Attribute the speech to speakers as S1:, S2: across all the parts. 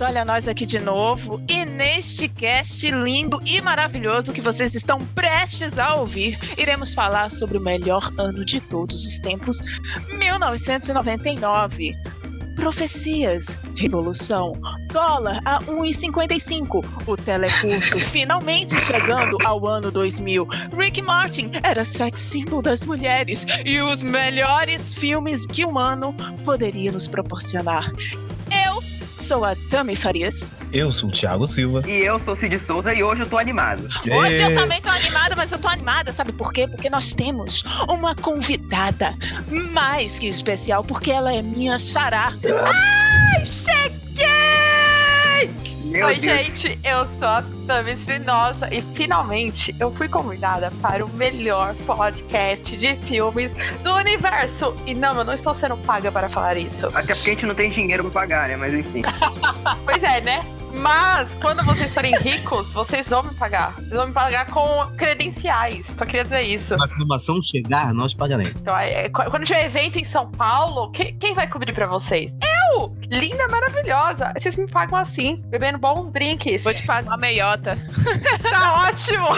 S1: olha nós aqui de novo e neste cast lindo e maravilhoso que vocês estão prestes a ouvir, iremos falar sobre o melhor ano de todos os tempos, 1999. Profecias, revolução, dólar a 1,55, o telecurso finalmente chegando ao ano 2000, Rick Martin era sex symbol das mulheres e os melhores filmes que um ano poderia nos proporcionar. Eu sou a Tami Farias.
S2: Eu sou o Thiago Silva.
S3: E eu sou o Cid Souza e hoje eu tô animado.
S1: Hoje eu também tô animada, mas eu tô animada, sabe por quê? Porque nós temos uma convidada mais que especial, porque ela é minha xará.
S4: Ai, cheguei!
S3: Meu
S4: Oi,
S3: Deus.
S4: gente, eu sou a Tami Spinoza e finalmente eu fui convidada para o melhor podcast de filmes do universo. E não, eu não estou sendo paga para falar isso.
S3: Até porque a gente não tem dinheiro pra pagar, né? Mas enfim.
S4: Pois é, né? Mas quando vocês forem ricos, vocês vão me pagar. Vocês vão me pagar com credenciais. Só queria dizer isso.
S2: Na aclamação chegar, nós pagaremos.
S4: Então, é, é, qu- quando tiver evento em São Paulo, que- quem vai cobrir pra vocês? Eu! Linda, maravilhosa. Vocês me pagam assim, bebendo bons drinks.
S1: Vou te pagar uma meiota.
S4: Tá ótimo!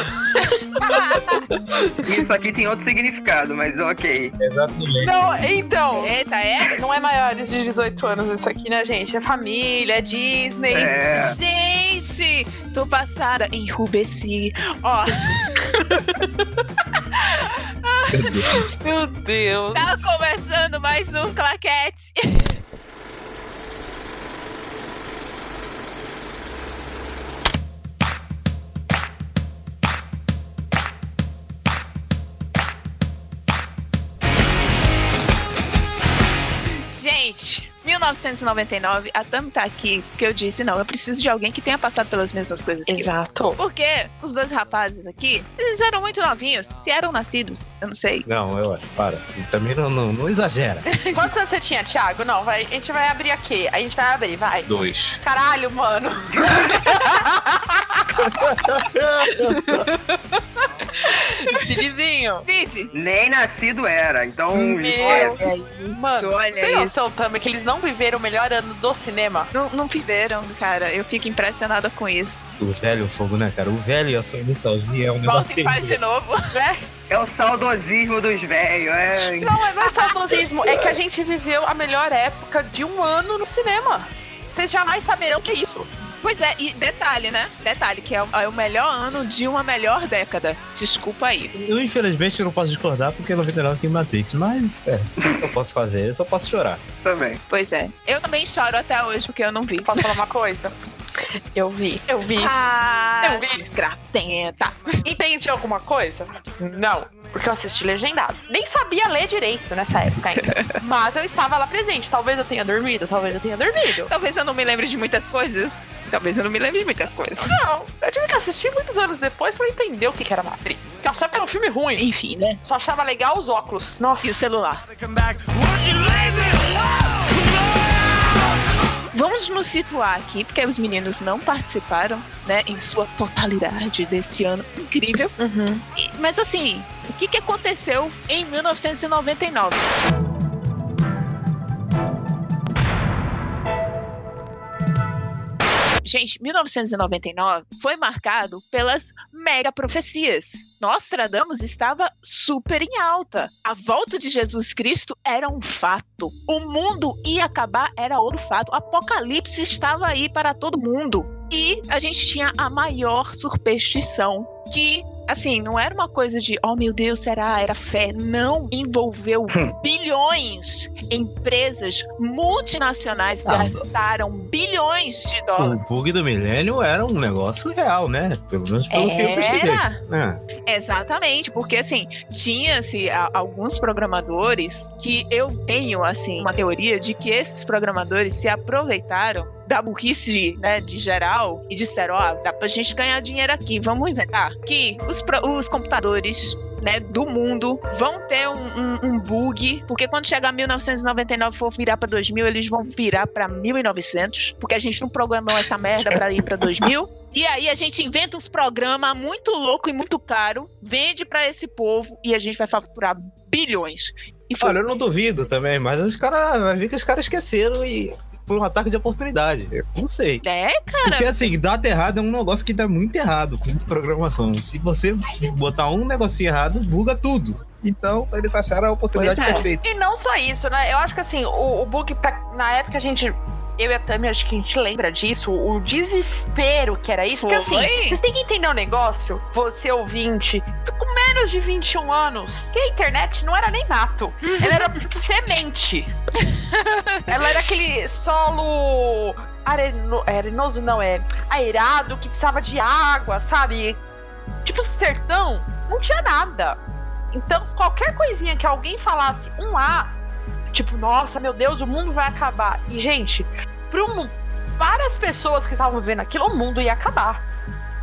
S3: Isso aqui tem outro significado, mas ok.
S2: Exatamente.
S4: Não, então,
S1: Eita, é?
S4: Não é maiores de 18 anos isso aqui, né, gente? É família, é Disney.
S3: É.
S1: Gente, tô passada. Enrubeci. Ó,
S2: Meu Deus.
S4: Meu Deus.
S1: tá começando mais um claquete. Gente, 1999, a Tam tá aqui porque eu disse: não, eu preciso de alguém que tenha passado pelas mesmas coisas que eu.
S4: Exato.
S1: Porque os dois rapazes aqui, eles eram muito novinhos. Se eram nascidos, eu não sei.
S2: Não, eu acho, para. E também não, não, não exagera.
S4: Quantos anos você tinha, Thiago? Não, vai. A gente vai abrir aqui. A gente vai abrir, vai.
S2: Dois.
S4: Caralho, mano. Cidizinho.
S1: Didi,
S3: Nem nascido era, então.
S5: É,
S4: Meu.
S3: esquece.
S4: Mano,
S1: olha
S4: tem
S1: isso.
S4: noção também que eles não viveram o melhor ano do cinema?
S1: Não, não viveram, cara. Eu fico impressionada com isso.
S2: O velho é o fogo, né, cara? O velho e a sua nostalgia é um negócio.
S1: Volta e faz de
S2: terrível.
S1: novo.
S4: Né?
S3: É o saudosismo dos velhos, é.
S4: Não, é- não é saudosismo. É que a gente viveu a melhor época de um ano no cinema. Vocês jamais saberão o que é isso.
S1: Pois é, e detalhe, né? Detalhe, que é o, é o melhor ano de uma melhor década. Desculpa aí.
S2: Eu, infelizmente, não posso discordar porque 99 tem Matrix, mas é, o que eu posso fazer, eu só posso chorar.
S3: Também.
S1: Pois é. Eu também choro até hoje porque eu não vi.
S4: Posso falar uma coisa? Eu vi. Eu vi.
S1: Ah,
S4: Eu vi.
S1: desgracenta.
S4: Entendi alguma coisa? Não. Porque eu assisti legendado. Nem sabia ler direito nessa época ainda. Mas eu estava lá presente. Talvez eu tenha dormido, talvez eu tenha dormido.
S1: Talvez eu não me lembre de muitas coisas. Talvez eu não me lembre de muitas coisas.
S4: Não. Eu tive que assistir muitos anos depois pra entender o que que era Matrix. Porque eu achava que era um filme ruim.
S1: Enfim, né?
S4: Só achava legal os óculos. Nossa.
S1: E o celular.
S6: Come back. Would you leave me
S1: Vamos nos situar aqui, porque os meninos não participaram, né, em sua totalidade desse ano incrível.
S4: Uhum.
S1: E- Mas assim, o que, que aconteceu em 1999? Gente, 1999 foi marcado pelas mega profecias. Nostradamus estava super em alta. A volta de Jesus Cristo era um fato. O mundo ia acabar era outro fato. O apocalipse estava aí para todo mundo. E a gente tinha a maior superstição que Assim, não era uma coisa de, oh meu Deus, será? Era fé. Não envolveu bilhões. Empresas multinacionais
S2: Ah,
S1: gastaram bilhões de dólares.
S2: O bug do milênio era um negócio real, né? Pelo menos pelo que eu pesquisei.
S1: Era,
S2: É.
S1: exatamente, porque assim, tinha-se a- alguns programadores que eu tenho, assim, uma teoria de que esses programadores se aproveitaram da burrice, de, né, de geral e disseram, ó, dá pra gente ganhar dinheiro aqui, vamos inventar que os, pro- os computadores né, do mundo vão ter um, um- um bug, porque quando chegar 1999 for virar pra 2000, eles vão virar pra 1900, porque a gente não programou essa merda pra ir pra 2000. E aí a gente inventa uns programas muito louco e muito caro, vende pra esse povo e a gente vai faturar bilhões. E foi
S2: Olha, eu não duvido também, mas os caras. Vai ver que os caras esqueceram e por um ataque de oportunidade. Eu não sei.
S1: É,
S2: Porque
S1: cara.
S2: assim, data errado é um negócio que dá muito errado com programação. Se você botar um negocinho errado, buga tudo. Então, eles acharam a oportunidade
S1: Pois é.
S2: perfeita.
S4: E não só isso, né? Eu acho que assim, o, o bug, pra- na época a gente. Eu e a Tami, acho que a gente lembra disso, o desespero que era isso. Porque assim,
S1: Foi.
S4: vocês têm que entender o negócio, você ouvinte, com menos de 21 anos, que a internet não era nem mato. Ela era semente. Ela era aquele solo areno, arenoso, não, é aerado, que precisava de água, sabe? Tipo sertão, não tinha nada. Então, qualquer coisinha que alguém falasse um A, tipo, nossa, meu Deus, o mundo vai acabar. E, gente, pro, mu- para as pessoas que estavam vendo aquilo, o mundo ia acabar.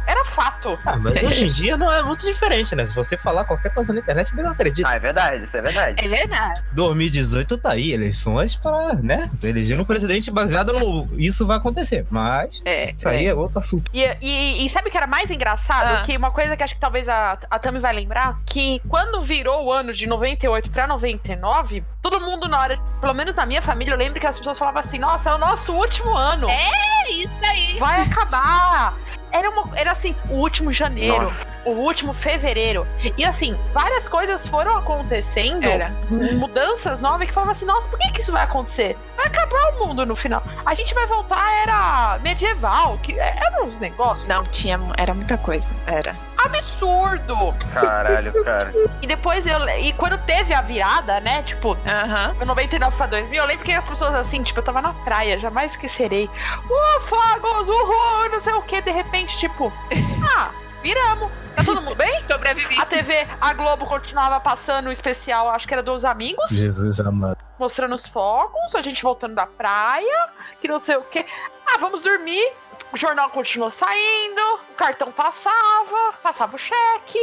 S4: Era fato.
S2: Ah, mas hoje em dia não é muito diferente, né? Se você falar qualquer coisa na internet, ninguém acredita.
S5: Ah, é verdade, isso é verdade.
S1: É
S2: Ah,
S1: verdade.
S2: 2018 tá aí, eleições para, né? Eleger um presidente baseado no. Isso vai acontecer, mas.
S1: É.
S2: Isso aí é outro assunto.
S4: E, e- e sabe o que era mais engraçado?
S1: Ah.
S4: Que uma coisa que acho que talvez a, a Tami vai lembrar, que quando virou o ano de 98 pra 99, todo mundo na hora, pelo menos na minha família, eu lembro que as pessoas falavam assim, nossa, é o nosso último ano.
S1: É isso aí.
S4: Vai acabar! Era, uma, era assim, o último janeiro,
S5: Nossa.
S4: o último fevereiro. E assim, várias coisas foram acontecendo,
S1: Era.
S4: mudanças novas, que falavam assim, nossa, por que, que isso vai acontecer? Vai acabar o mundo no final. A gente vai voltar à era medieval, que é- eram uns negócios
S1: Não, tinha. Era muita coisa. Era.
S4: absurdo.
S5: Caralho, cara.
S4: E depois eu. E quando teve a virada, né? Tipo,
S1: Aham.
S4: do 99 pra 2000, eu lembro que as pessoas assim, tipo, eu tava na praia, jamais esquecerei. Uh, fogos, uhul, não sei o que, de repente, tipo, ah, viramos. Tá todo mundo bem?
S1: Sobrevivi.
S4: A TV, a Globo continuava passando o especial, acho que era dos amigos,
S2: Jesus amado.
S4: mostrando os fogos, a gente voltando da praia, que não sei o que. Ah, vamos dormir. O jornal continuou saindo, o cartão passava, passava o cheque.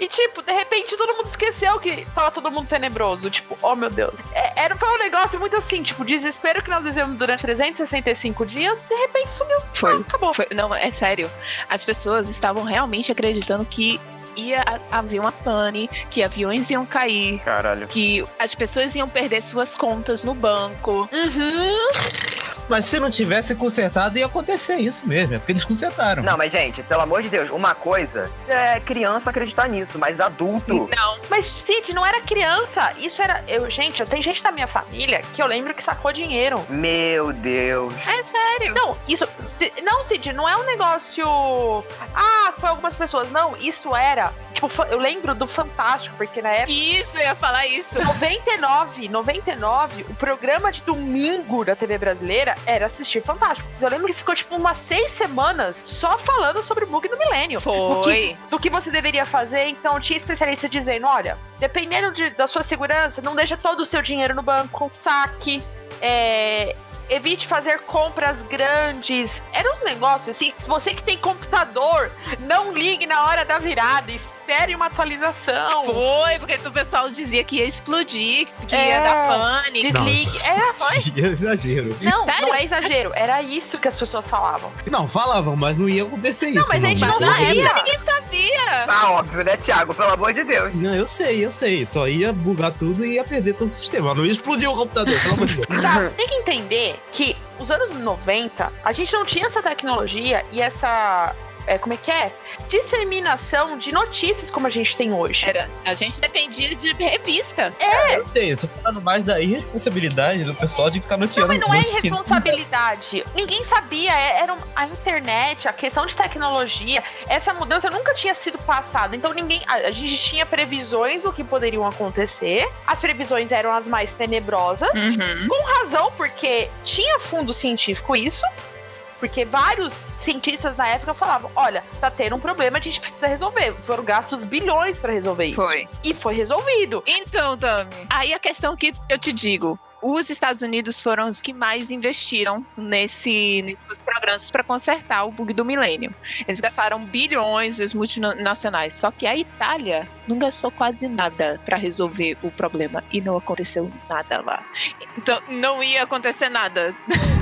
S4: E, tipo, de repente todo mundo esqueceu que tava todo mundo tenebroso. Tipo, oh meu Deus. É, era, foi um negócio muito assim, tipo, desespero que nós vivemos durante 365 dias, de repente sumiu.
S1: Foi.
S4: Ah, acabou.
S1: Foi- não, é sério. As pessoas estavam realmente acreditando que ia a- haver uma pane, que aviões iam cair,
S5: Caralho.
S1: que as pessoas iam perder suas contas no banco.
S4: Uhum.
S2: Mas se não tivesse consertado, ia acontecer isso mesmo. É porque eles consertaram.
S5: Não, mas gente, pelo amor de Deus, uma coisa é criança acreditar nisso, mas adulto.
S1: Não,
S4: Mas, Cid, não era criança. Isso era. Eu, gente, eu tenho gente da minha família que eu lembro que sacou dinheiro.
S5: Meu Deus.
S1: é sério.
S4: Não, isso. se- Não, Cid, não é um negócio. Ah, foi algumas pessoas. Não, isso era. Tipo, fa- eu lembro do Fantástico, porque na época.
S1: É Isso, eu ia falar isso.
S4: 99, 99, o programa de domingo da TV brasileira era assistir Fantástico. Eu lembro que ficou tipo umas seis semanas só falando sobre o bug do milênio. O que
S1: Foi.
S4: do que você deveria fazer. Então, tinha especialista dizendo: olha, dependendo de- da sua segurança, não deixa todo o seu dinheiro no banco, saque, é, evite fazer compras grandes. Eram uns negócios assim. Se você que tem computador, não ligue na hora da virada, espere uma atualização.
S1: Foi, porque o pessoal dizia que ia explodir, que
S4: É.
S1: ia dar pane.
S4: Desligue. Era, foi.
S2: Exagero.
S4: Não,
S1: Sério?
S4: não é exagero. Era isso que as pessoas falavam.
S2: Não, falavam, mas não ia acontecer isso.
S4: Não, mas a gente não tá
S1: Mas na
S4: sabia.
S1: época ninguém sabia.
S5: Ah, óbvio, né, Thiago? Pelo amor de Deus.
S2: Não, eu sei, eu sei. Só ia bugar tudo e ia perder todo o sistema. Não ia explodir o computador, pelo amor de Deus.
S4: Thiago, você tem que entender que os anos 90, a gente não tinha essa tecnologia e essa. é, como é que é? Disseminação de notícias como a gente tem hoje.
S1: Era, a gente dependia de revista.
S4: É.
S2: Eu sei, eu tô falando mais da irresponsabilidade do pessoal de ficar
S4: Não,
S2: noteando.
S4: mas não é
S2: notícia.
S4: irresponsabilidade. Ninguém sabia. é- Era um- a internet, a questão de tecnologia. Essa mudança nunca tinha sido passada. Então ninguém. A, a gente tinha previsões do que poderiam acontecer. As previsões eram as mais tenebrosas.
S1: Uhum.
S4: Com razão, porque tinha fundo científico isso. Porque vários cientistas na época falavam: olha, tá tendo um problema, a gente precisa resolver. Foram gastos bilhões pra resolver isso.
S1: Foi.
S4: E foi resolvido.
S1: Então, Tami, aí a questão que eu te digo. Os Estados Unidos foram os que mais investiram nesse, nesses programas para consertar o bug do milênio. Eles gastaram bilhões, os multinacionais. Só que a Itália não gastou quase nada para resolver o problema e não aconteceu nada lá. Então, não ia acontecer nada.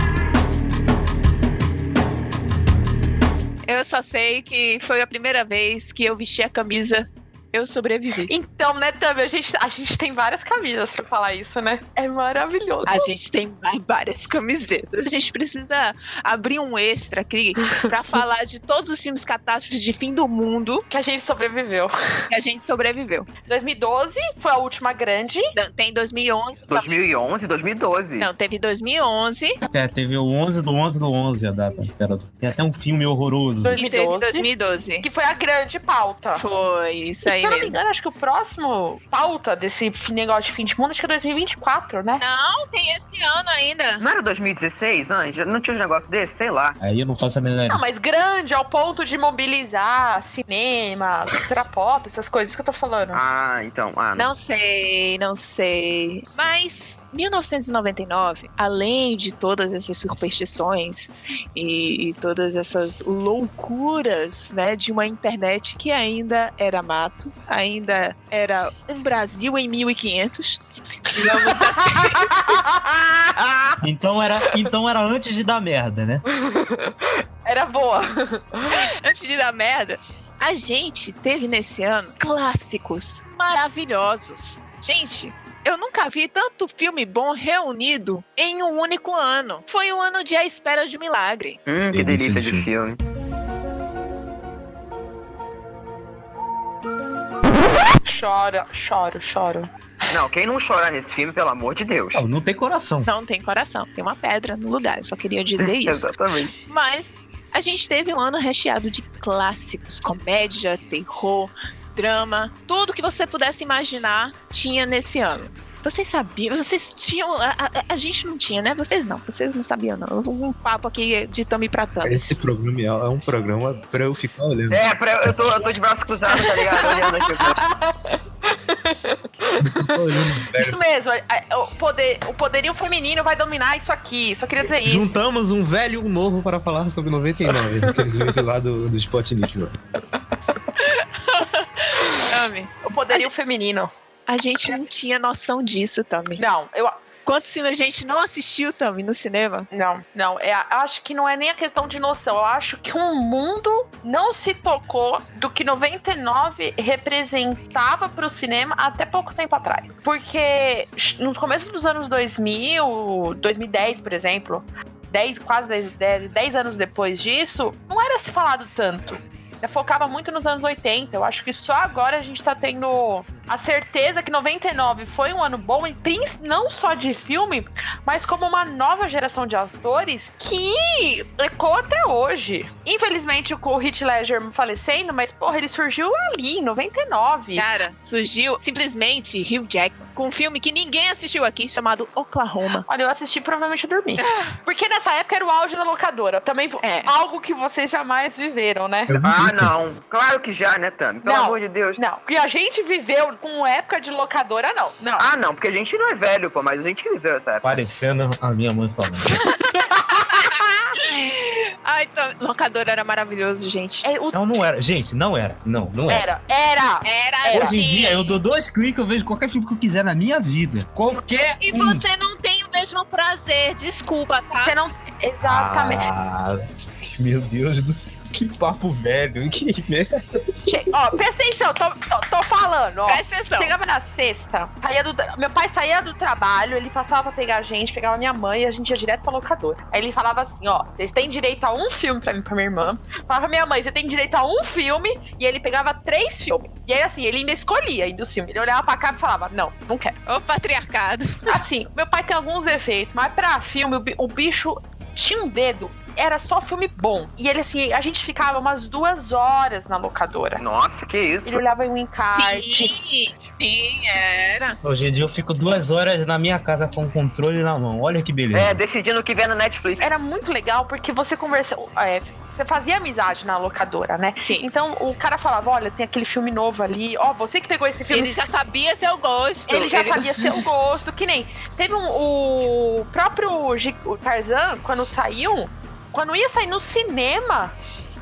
S1: Eu só sei que foi a primeira vez que eu vesti a camisa Eu sobrevivi.
S4: Então, né, Tami, a gente, a gente tem várias camisas pra falar isso, né? É maravilhoso.
S1: A gente tem vai- várias camisetas. A gente precisa abrir um extra aqui pra falar de todos os filmes catástrofes de fim do mundo
S4: Que a gente sobreviveu.
S1: que a gente sobreviveu.
S4: 2012 foi a última grande.
S1: Não, tem 2011. tá?
S5: 2011, 2012.
S1: Não, teve 2011
S2: É, teve o 11 do 11 do 11, a data. Pera, Tem até um filme horroroso.
S1: e teve
S4: 2012.
S1: 2012.
S4: Que foi a grande pauta.
S1: Foi isso
S4: E,
S1: aí
S4: se eu não me
S1: mesmo.
S4: engano, acho que o próximo pauta desse f- negócio de fim de mundo acho que é 2024, né?
S1: Não, tem esse ano ainda.
S5: Não era 2016, antes? Não tinha um negócio desse? Sei lá.
S2: Aí eu não faço a menor
S4: Não,
S2: ideia.
S4: mas grande ao ponto de mobilizar cinema, cultura pop, essas coisas que eu tô falando.
S5: Ah, então. Ah, não.
S1: Não sei, não sei. Mas 1999, além de todas essas superstições e, e todas essas loucuras, né, de uma internet que ainda era mato, ainda era um Brasil em 1500. digamos assim.
S2: Então era, então era antes de dar merda, né?
S4: Era boa.
S1: Antes de dar merda, a gente teve nesse ano clássicos maravilhosos. Gente, eu nunca vi tanto filme bom reunido em um único ano. Foi um ano de A Espera de um Milagre.
S5: Hum, que
S2: Eu não sei
S5: delícia de
S2: disso.
S5: filme.
S4: Chora, choro, choro.
S5: Não, quem não chora nesse filme, pelo amor de Deus.
S2: Não, não tem coração.
S1: Não tem coração, tem uma pedra no lugar. Eu só queria dizer isso.
S5: Exatamente.
S1: Mas a gente teve um ano recheado de clássicos, comédia, terror, drama, tudo que você pudesse imaginar tinha nesse ano. Vocês sabiam, vocês tinham, a, a- a gente não tinha, né? Vocês não, vocês não sabiam não. Um um papo aqui de tame pra tame.
S2: Esse programa é é um programa pra eu ficar olhando.
S5: É, pra, eu, tô, eu tô de braço cruzado, tá ligado? Olhando aqui. pra-
S2: Eu tô olhando, velho.
S4: Isso mesmo, a- a- o, poder, o poderio feminino vai dominar isso aqui. Só queria dizer É isso.
S2: Juntamos um velho e um novo para falar sobre 99, aqueles vídeos lá do, do Spotnik. ó.
S1: Tami,
S4: O poderio feminino.
S1: a gente não tinha noção disso, Tami.
S4: Não, eu
S1: Quantos filmes a gente não assistiu, Tami, no cinema?
S4: não, não. É, a- acho que não é nem a questão de noção. Eu acho que o mundo não se tocou do que 99 representava pro cinema até pouco tempo atrás. Porque no começo dos anos 2000, 2010, por exemplo, 10, quase 10, 10, 10 anos depois disso, não era se falado tanto. Eu focava muito nos anos 80. Eu acho que só agora a gente tá tendo a certeza que 99 foi um ano bom, e prin- não só de filme, mas como uma nova geração de atores que ecoa até hoje. Infelizmente, com o Heath Ledger falecendo, mas, porra, ele surgiu ali, em 99.
S1: Cara, surgiu simplesmente Hugh Jackman com um filme que ninguém assistiu aqui chamado Oklahoma.
S4: Olha, eu assisti e provavelmente eu dormi. Porque nessa época era o auge da locadora. Também vo-
S1: É.
S4: algo que vocês jamais viveram, né?
S2: Eu vi
S5: Ah,
S2: isso.
S5: não. Claro que já, né, Tami? Pelo
S4: Não.
S5: amor de Deus.
S4: Não, que a gente viveu com época de locadora, não. Não.
S5: Ah, não, porque a gente não é velho, pô, mas a gente viveu essa época.
S2: Parecendo a minha mãe falando.
S1: Ai, Tami, locador era maravilhoso, gente.
S4: É, o-
S2: Não, não era. Gente, não era. Não, não
S7: é.
S2: era.
S4: Era, era.
S1: Era,
S4: Era.
S2: Hoje em
S1: assim.
S2: dia eu dou dois cliques, eu vejo qualquer filme que eu quiser na minha vida. Qualquer
S1: E
S2: um.
S1: você não tem o mesmo prazer, desculpa, tá?
S4: Você não. Exatamente.
S2: Ah, meu Deus do céu. Que papo velho. Que merda.
S4: Che- Ó, presta atenção, tô, tô- tô falando, ó.
S1: Presta atenção.
S4: Chegava na sexta, saía do tra- meu pai saía do trabalho, ele passava pra pegar a gente, pegava minha mãe e a gente ia direto pra locadora. Aí ele falava assim: ó, vocês têm direito a um filme pra mim, e pra minha irmã. Falava pra minha mãe: você tem direito a um filme. E ele pegava três filmes. E aí, assim, ele ainda escolhia ainda o filme. Ele olhava pra cá e falava: não, não quero.
S1: Ô, patriarcado.
S4: Assim, meu pai tem alguns defeitos, mas pra filme, o bi- o bicho tinha um dedo. Era só filme bom. E ele, assim, a gente ficava umas duas horas na locadora.
S5: Nossa, que isso.
S4: Ele olhava em um encarte.
S1: Sim, sim, era.
S2: Hoje em dia eu fico duas horas na minha casa com o controle na mão. Olha que beleza.
S5: É, decidindo o que vê no Netflix.
S4: Era muito legal porque você conversa. é, você fazia amizade na locadora, né?
S1: Sim.
S4: Então o cara falava: olha, tem aquele filme novo ali. Ó, você que pegou esse filme.
S1: Ele já sabia seu gosto.
S4: Ele já sabia seu gosto, que nem. Teve um, o próprio Gi- o Tarzan, quando saiu, quando ia sair no cinema,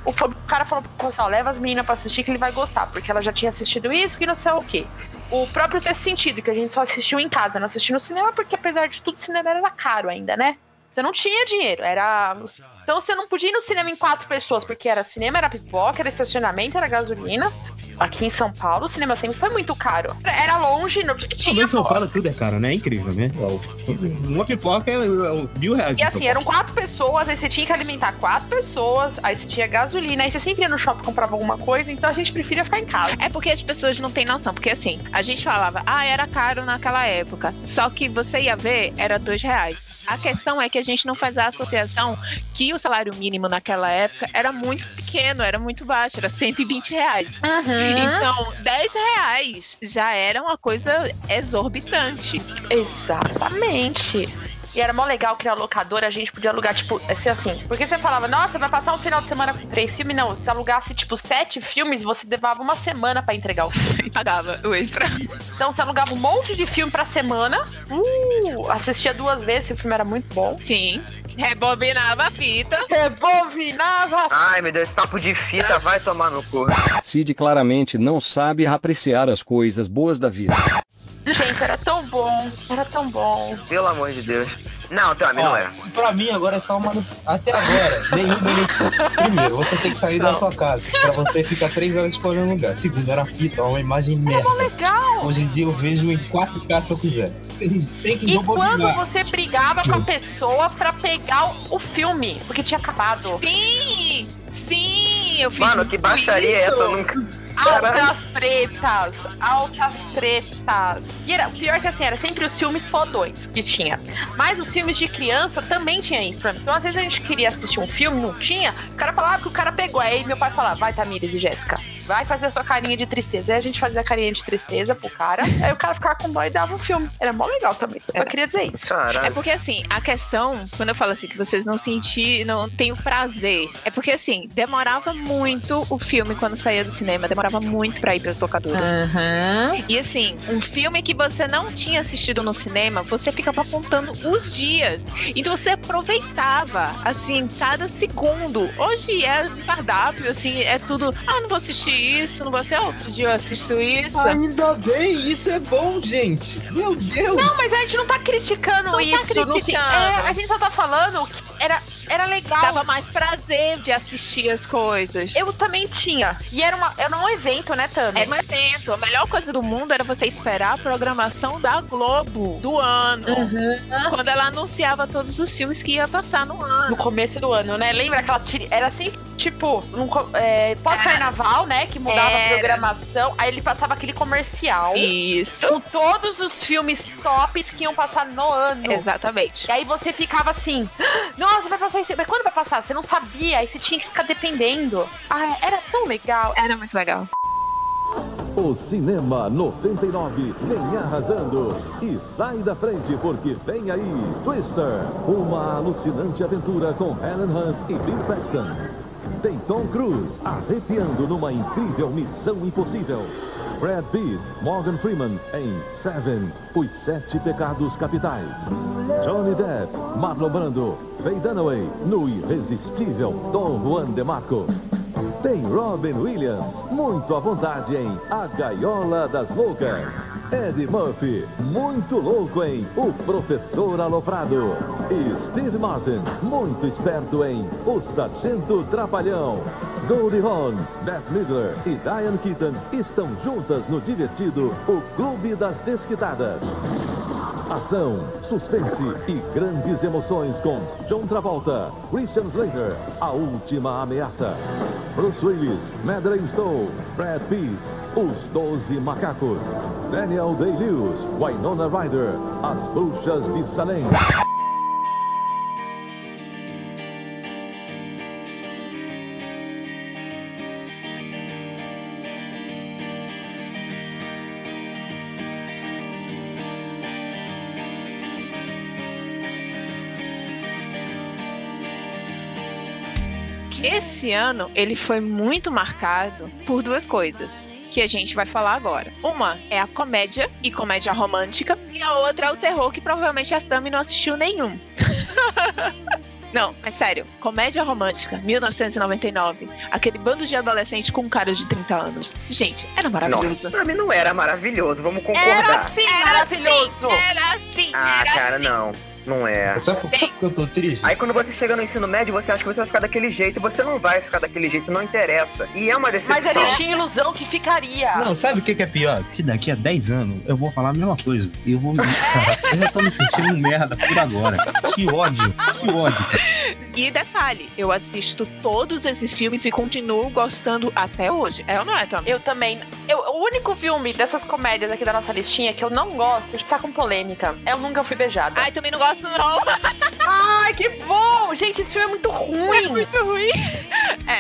S4: o, fa- o cara falou: "Pô, só leva as meninas pra assistir que ele vai gostar, porque ela já tinha assistido isso que não sei o quê. O próprio Sexto Sentido, que a gente só assistiu em casa, não assistiu no cinema, porque apesar de tudo, o cinema era caro ainda, né? Você não tinha dinheiro, era. Então você não podia ir no cinema em quatro pessoas, porque era cinema, era pipoca, era estacionamento, era gasolina. Aqui em São Paulo, o cinema sempre foi muito caro. Era longe, não tinha.
S2: Também São Paulo tudo é caro, né? É incrível, né? Uma pipoca é é mil reais.
S4: E assim, eram quatro pessoas, aí você tinha que alimentar quatro pessoas, aí você tinha gasolina, aí você sempre ia no shopping comprava alguma coisa, então a gente preferia ficar em casa.
S1: É porque as pessoas não têm noção. Porque assim, a gente falava, ah, era caro naquela época. Só que você ia ver, era dois reais. A questão é que a gente não faz a associação que o salário mínimo naquela época era muito pequeno, era muito baixo, era 120 reais. Então, 10 reais já era uma coisa exorbitante.
S4: Exatamente. E era mó legal que na locadora a gente podia alugar, tipo, assim, assim. Porque você falava, nossa, vai passar um final de semana com três filmes? Não, se alugasse, tipo, sete filmes, você levava uma semana pra entregar os filmes.
S1: E pagava o extra.
S4: Então você alugava um monte de filme pra semana. Uh, assistia duas vezes, se o filme era muito bom.
S1: Sim. Rebobinava a fita.
S4: Rebobinava
S5: Ai, meu Deus, esse papo de fita vai tomar no cu.
S8: Cid claramente não sabe apreciar as coisas boas da vida.
S4: Gente, era tão bom, era tão bom.
S5: Pelo amor de Deus. Não, teu amigo, não era.
S2: Ó, pra mim agora é só uma. Até agora, nenhum benefício. Primeiro, você tem que sair da sua casa. Pra você ficar três horas escolhendo um lugar. Segundo, era fita, uma imagem
S4: Mó
S2: merda.
S4: legal.
S2: Hoje em dia eu vejo em 4K se eu quiser. Tem que
S4: E quando
S2: rebobinar.
S4: você brigava com a pessoa pra pegar o- o filme, porque tinha acabado.
S1: Sim! Sim! Eu fiz
S5: Mano, que
S1: muito
S5: baixaria é
S1: isso.
S5: essa? Eu nunca.
S4: Altas tretas, altas tretas. E era pior que assim, era sempre os filmes fodões que tinha. Mas os filmes de criança também tinha isso pra mim. Então, às vezes a gente queria assistir um filme, não tinha, o cara falava que o cara pegou. Aí meu pai falava, vai, Tamires e Jéssica, vai fazer a sua carinha de tristeza. Aí a gente fazia a carinha de tristeza pro cara, aí o cara ficava com dó e dava um filme. Era mó legal também. Eu queria dizer isso.
S1: É
S5: Caralho.
S1: porque assim, a questão, quando eu falo assim, que vocês não senti, não tem o prazer. É porque assim, demorava muito o filme quando saía do cinema, demorava muito pra ir pras locadoras. E assim, um filme que você não tinha assistido no cinema, você ficava contando os dias. Então você aproveitava, assim, cada segundo. Hoje é um cardápio, assim, é tudo. Ah, não vou assistir isso, não vou assistir. "Ah, Outro dia eu assisto isso.
S2: Ainda bem, isso é bom, gente. Meu Deus.
S4: Não, mas a gente não tá criticando
S1: Não tá
S4: isso. não se-
S1: criticando.
S4: é, a gente só tá falando que era, era legal.
S1: Dava mais prazer de assistir as coisas.
S4: Eu também tinha. E era, uma, era um evento, né, Tami?
S1: Era um evento. A melhor coisa do mundo era você esperar a programação da Globo do ano. Quando ela anunciava todos os filmes que ia passar no ano.
S4: No começo do ano, né? Lembra aquela tiri... Era assim, tipo, num co- é, pós-carnaval, né? Que mudava a
S1: Era.
S4: programação. Aí ele passava aquele comercial
S1: Isso.
S4: com todos os filmes tops que iam passar no ano.
S1: Exatamente.
S4: E aí você ficava assim, "Ah, nossa, vai passar esse. Mas quando vai passar? Você não sabia, aí você tinha que ficar dependendo. Ah, era tão legal.
S1: Era muito legal.
S9: O Cinema 99 vem arrasando e sai da frente porque vem aí Twister, uma alucinante aventura com Helen Hunt e Bill Paxton. Tem Tom Cruise arrepiando numa incrível missão impossível. Brad Pitt, Morgan Freeman em Seven, os sete pecados capitais. Johnny Depp, Marlon Brando, Faye Dunaway no irresistível Dom Juan de Marco. Tem Robin Williams, muito à vontade em A Gaiola das Loucas. Eddie Murphy, muito louco em O Professor Aloprado. E Steve Martin, muito esperto em O Sargento Trapalhão. Goldie Hawn, Beth Midler e Diane Keaton estão juntas no divertido O Clube das Desquitadas. Ação, suspense e grandes emoções com John Travolta, Christian Slater, A Última Ameaça, Bruce Willis, Madeleine Stowe, Brad Pitt, Os Doze Macacos, Daniel Day-Lewis, Winona Ryder, As Bruxas de Salem.
S1: Esse ano ele foi muito marcado por duas coisas que a gente vai falar agora. Uma é a comédia e comédia romântica e a outra é o terror que provavelmente a Tami não assistiu nenhum. Não, mas sério, comédia romântica, 1999. Aquele bando de adolescente com cara de 30 anos. Gente, era maravilhoso.
S5: Pra mim não era maravilhoso, vamos
S4: Era
S5: concordar.
S4: assim, maravilhoso.
S1: Era assim,
S5: Ah,
S1: era
S5: Cara, não. Não é.
S2: Sabe por sabe por que eu tô triste?
S5: Aí quando você chega no ensino médio, você acha que você vai ficar daquele jeito e você não vai ficar daquele jeito, não interessa. E é uma decepção.
S4: Mas ele tinha ilusão que ficaria.
S2: Não, sabe o que, que é pior? Que daqui a 10 anos eu vou falar a mesma coisa. Eu vou. me- Cara, eu já tô me sentindo um merda por agora. Que ódio, que ódio. cara.
S1: assim. E detalhe, eu assisto todos esses filmes e continuo gostando até hoje. É ou não é, Tom?
S4: Eu também. Eu, o único filme dessas comédias aqui da nossa listinha que eu não gosto, que tá com polêmica, é Eu Nunca Fui Beijada.
S1: Ai, também não gosto, não.
S4: Ai, que bom! Gente, esse filme é muito
S1: É
S4: ruim.
S1: muito ruim.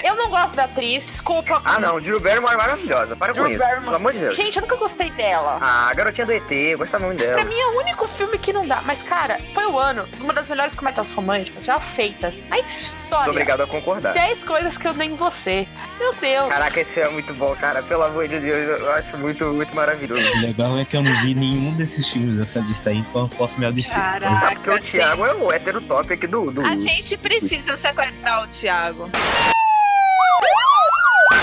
S4: Eu não gosto da atriz, desculpa.
S5: Ah, não. Drew Barrymore é maravilhosa. Para
S4: Drew
S5: com isso.
S4: Barrymore.
S5: Pelo amor de Deus.
S4: Gente, eu nunca gostei dela.
S5: Ah, a garotinha do ET, eu gostava muito
S4: Pra
S5: dela.
S4: mim é o único filme que não dá. Mas, cara, foi o ano. de Uma das melhores comédias românticas já feitas. A
S5: Muito
S4: história.
S5: obrigado a concordar.
S4: 10 coisas que eu nem você. Meu Deus.
S5: Caraca, esse filme é muito bom, cara. Pelo amor de Deus, eu acho muito, muito maravilhoso.
S2: O legal é que eu não vi nenhum desses filmes dessa lista aí, então eu posso me abster.
S5: Ah, porque
S1: Caraca,
S4: Assim.
S5: o Thiago é o hétero top aqui do. do...
S1: A gente precisa sequestrar o Thiago.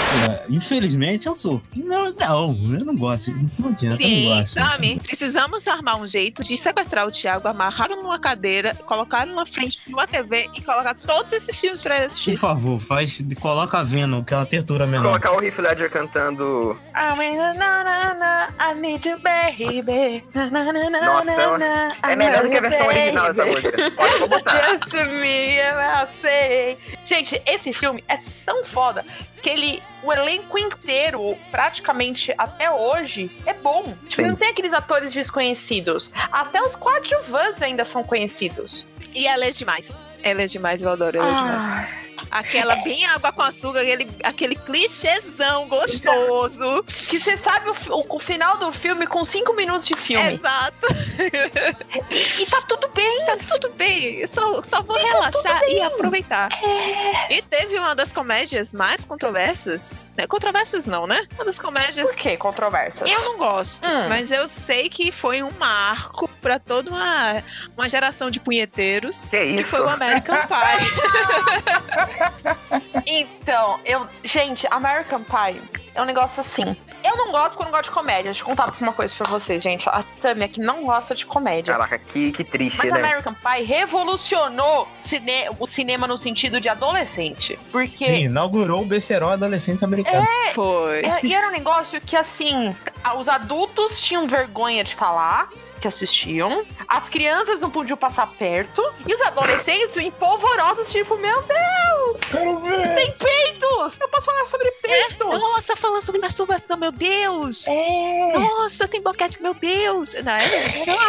S2: É, Infelizmente eu sou. Não, não, eu não gosto. Não adianta, eu
S1: Sim,
S2: não gosto.
S4: tá.
S1: Tami, precisamos armar um jeito de sequestrar o Thiago, amarrá-lo numa cadeira, colocá-lo na frente de uma TV e colocar todos esses filmes pra ele
S2: Por
S1: assistir.
S2: favor, faz, coloca a Venom, que é uma tertura menor.
S5: Colocar o Heath Ledger cantando.
S4: I mean, na, na, na, I need you, baby. Na, na, na, na,
S5: Nossa,
S4: na, na,
S5: É
S4: I
S5: melhor do que a
S4: love you,
S5: versão original
S4: baby.
S5: dessa música. Pode vou botar.
S4: Just me, eu sei. Gente, esse filme é tão foda que ele, o elenco inteiro, praticamente até hoje, é bom. Tipo,
S5: Sim.
S4: não tem aqueles atores desconhecidos. Até os coadjuvantes ainda são conhecidos.
S1: E ela é demais. Ela é demais, eu adoro
S4: Ah.
S1: ela é demais. Aquela bem água com açúcar, aquele, aquele clichêzão gostoso.
S4: que você sabe o, fi- o- o final do filme com cinco minutos de filme.
S1: Exato.
S4: E tá tudo bem. Tá
S1: Tá tudo bem. Só, só vou relaxar e aproveitar.
S4: É.
S1: E teve uma das comédias mais controversas. né? Controversas não, né? Uma das comédias
S4: Por que controvérsia?
S1: Eu não gosto,
S4: Hum.
S1: mas eu sei que foi um marco pra toda uma, uma geração de punheteiros.
S5: Que
S1: Que
S5: isso?
S1: foi o American Pie.
S4: Então, eu. Gente, American Pie é um negócio assim. Eu não gosto quando eu gosto de comédia. Deixa eu contar uma coisa pra vocês, gente. A Tami aqui não gosta de comédia.
S5: Caraca, que, que triste,
S4: Mas
S5: né?
S4: American Pie revolucionou cine- o cinema no sentido de adolescente.
S2: Sim,
S4: Porque.
S2: inaugurou o besterol adolescente americano.
S1: Foi.
S4: é- E era um negócio que, assim, a- os adultos tinham vergonha de falar que assistiam, as crianças não podiam passar perto, e os adolescentes empolvorosos, tipo, meu Deus,
S2: Quero ver!
S4: tem peitos! Eu posso falar sobre peitos!
S1: Nossa, falando sobre masturbação, meu Deus!
S4: É.
S1: Nossa, tem boquete, meu Deus! Não, era, era uma,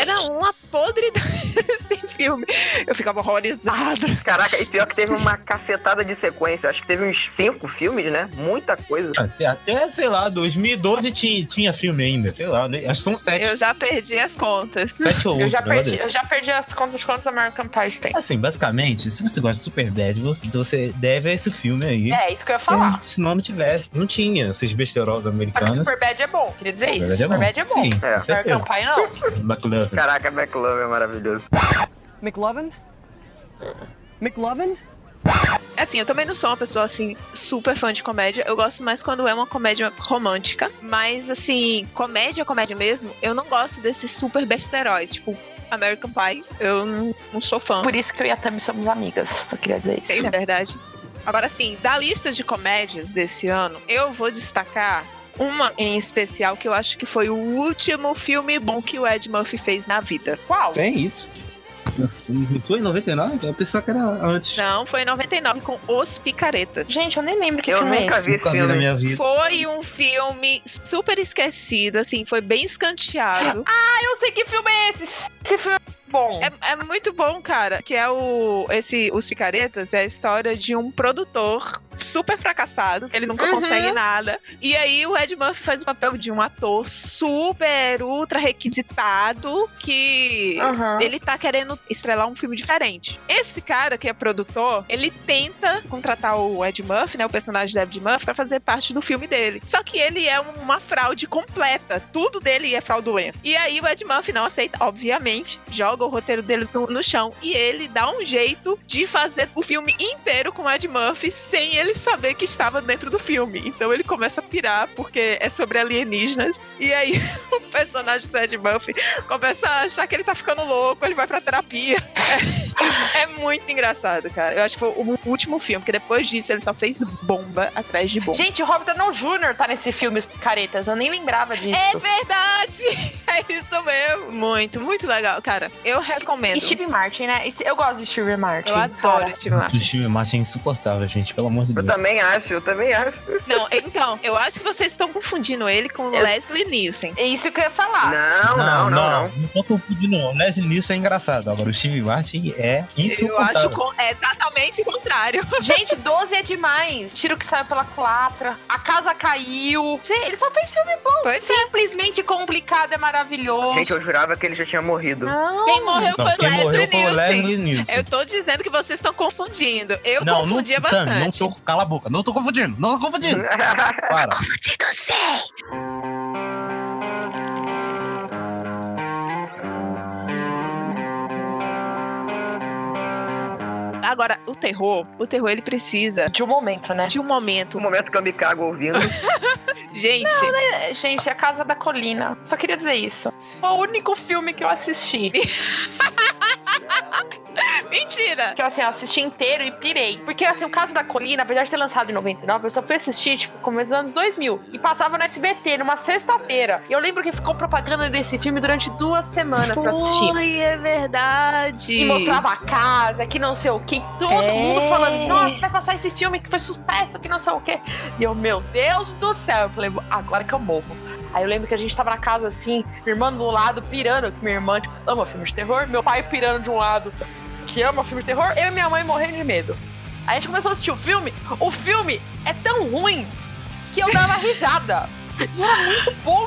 S1: era uma podridão esse filme. Eu ficava horrorizada.
S5: Caraca, e pior que teve uma cacetada de sequência. Acho que teve uns cinco filmes, né? Muita coisa.
S2: Até, até, sei lá, 2012 tinha, tinha filme ainda. Sei lá, né, acho que são sete.
S1: Eu já perdi as contas.
S2: Sete ou
S4: Eu
S2: oito,
S4: já,
S2: um negócio
S4: perdi,
S2: desse.
S4: eu já perdi as contas de quantos American Pies tem.
S2: Assim, basicamente, se você gosta de Superbad, você, você deve a esse filme aí.
S4: É, isso que eu ia falar.
S2: Se não, não tivesse. Não tinha esses besterols
S4: Só que
S2: americanos.
S4: Superbad é bom, queria dizer isso.
S2: Superbad
S4: Superbad é um- bom.
S2: Sim,
S5: É.
S2: com
S4: American
S2: certeza.
S4: Pie não.
S2: McLovin.
S5: Caraca, McLove é maravilhoso.
S10: McLovin? McLovin?
S1: Assim, eu também não sou uma pessoa, assim, super fã de comédia. Eu gosto mais quando é uma comédia romântica. Mas, assim, comédia, comédia mesmo, eu não gosto desses super besteróis. Tipo, American Pie, eu não, não sou fã.
S4: Por isso que eu e a Tami somos amigas. Só queria dizer
S1: Sei,
S4: isso.
S1: na verdade. Agora, assim, da lista de comédias desse ano, eu vou destacar uma em especial que eu acho que foi o último filme bom que o Ed Murphy fez na vida.
S4: Qual?
S2: É isso. Não foi em 99? Eu pensava que era antes.
S1: Não, foi em 99 com Os Picaretas.
S4: Gente, eu nem lembro que
S5: eu
S4: filme é
S5: nunca
S4: esse.
S5: vi esse
S2: Nunca vi na
S5: filme.
S2: minha vida.
S1: Foi um filme super esquecido, assim, foi bem escanteado.
S4: Ah, eu sei que filme é esse. Esse filme é bom.
S1: É, é muito bom, cara. Que é o. Esse, os Picaretas é a história de um produtor super fracassado, que ele nunca
S4: Uhum.
S1: consegue nada. E aí o Ed Murphy faz o papel de um ator super, ultra requisitado, que.
S4: Aham.
S1: Ele tá querendo estrelar um filme diferente. Esse cara que é produtor, ele tenta contratar o Ed Murphy, né, o personagem do Ed Murphy, pra fazer parte do filme dele. Só que ele é uma fraude completa. Tudo dele é fraudulento. E aí o Ed Murphy não aceita, obviamente, joga o roteiro dele no, no chão e ele dá um jeito de fazer o filme inteiro com o Ed Murphy sem ele saber que estava dentro do filme. Então ele começa a pirar, porque é sobre alienígenas. E aí o personagem do Ed Murphy começa a achar que ele tá ficando louco, ele vai pra terapia. É, é muito engraçado, cara. Eu acho que foi o último filme, porque depois disso ele só fez bomba atrás de bomba.
S4: Gente, Robert Downey Jr. tá nesse filme, os caretas. Eu nem lembrava disso.
S1: É verdade! É isso mesmo. Muito, muito legal, cara. Eu recomendo.
S4: E Steve Martin, né? Esse- Eu gosto de Steve Martin.
S1: Eu adoro
S4: cara.
S1: Steve Martin.
S7: O Steve Martin é insuportável, gente, pelo amor de
S5: Eu
S7: Deus.
S5: também acho, eu também acho.
S1: Não, então, eu acho que vocês estão confundindo ele com o Leslie Nielsen.
S4: É isso que eu ia falar.
S5: Não, não, não, não.
S7: Não tô confundindo, não. O Leslie Nielsen é engraçado. Agora, o Steve Martin
S1: Eu
S7: é
S1: acho
S7: insuportável.
S1: con- é exatamente o contrário.
S4: Gente, 12 é demais. Tiro que saiu pela culatra. A casa caiu. Gente, ele só fez filme bom.
S1: Pois é.
S4: Simplesmente complicado é maravilhoso.
S5: Gente, eu jurava que ele já tinha morrido.
S4: Não.
S1: Quem morreu
S7: Então,
S1: foi
S7: quem
S1: Leslie
S7: morreu foi
S1: Nielsen.
S7: o Leslie Nielsen.
S1: Eu tô dizendo que vocês estão confundindo. Eu
S7: não,
S1: confundia
S7: não, Tami,
S1: bastante.
S7: Não tô, cala a boca. Não tô confundindo. Não tô confundindo. Para.
S1: Confundido sei. Agora, o terror, o terror ele precisa
S4: De um momento, né?
S1: de um momento.
S5: No momento que eu me cago ouvindo,
S1: Gente,
S4: É, Gente, é a Casa da Colina. Só queria dizer isso. Foi o único filme que eu assisti.
S1: mentira!
S4: Que assim, eu assisti inteiro e pirei. Porque assim, o caso da Colina, apesar de ter lançado em 99, eu só fui assistir, tipo, começo dos anos 2000. E passava no SBT, numa sexta-feira. E eu lembro que ficou propaganda desse filme durante duas semanas pra assistir.
S1: Foi, é verdade.
S4: E mostrava a casa, que não sei o que. Todo
S1: É.
S4: mundo falando, nossa, vai passar esse filme que foi sucesso, que não sei o que. E eu, meu Deus do céu. Eu falei, agora que eu morro. Aí eu lembro que a gente tava na casa assim, minha irmã do lado pirando, que minha irmã tipo, ama filme de terror, meu pai pirando de um lado, que ama filme de terror, eu e minha mãe morrendo de medo. Aí a gente começou a assistir o filme, o filme é tão ruim que eu dava risada. E era muito bom.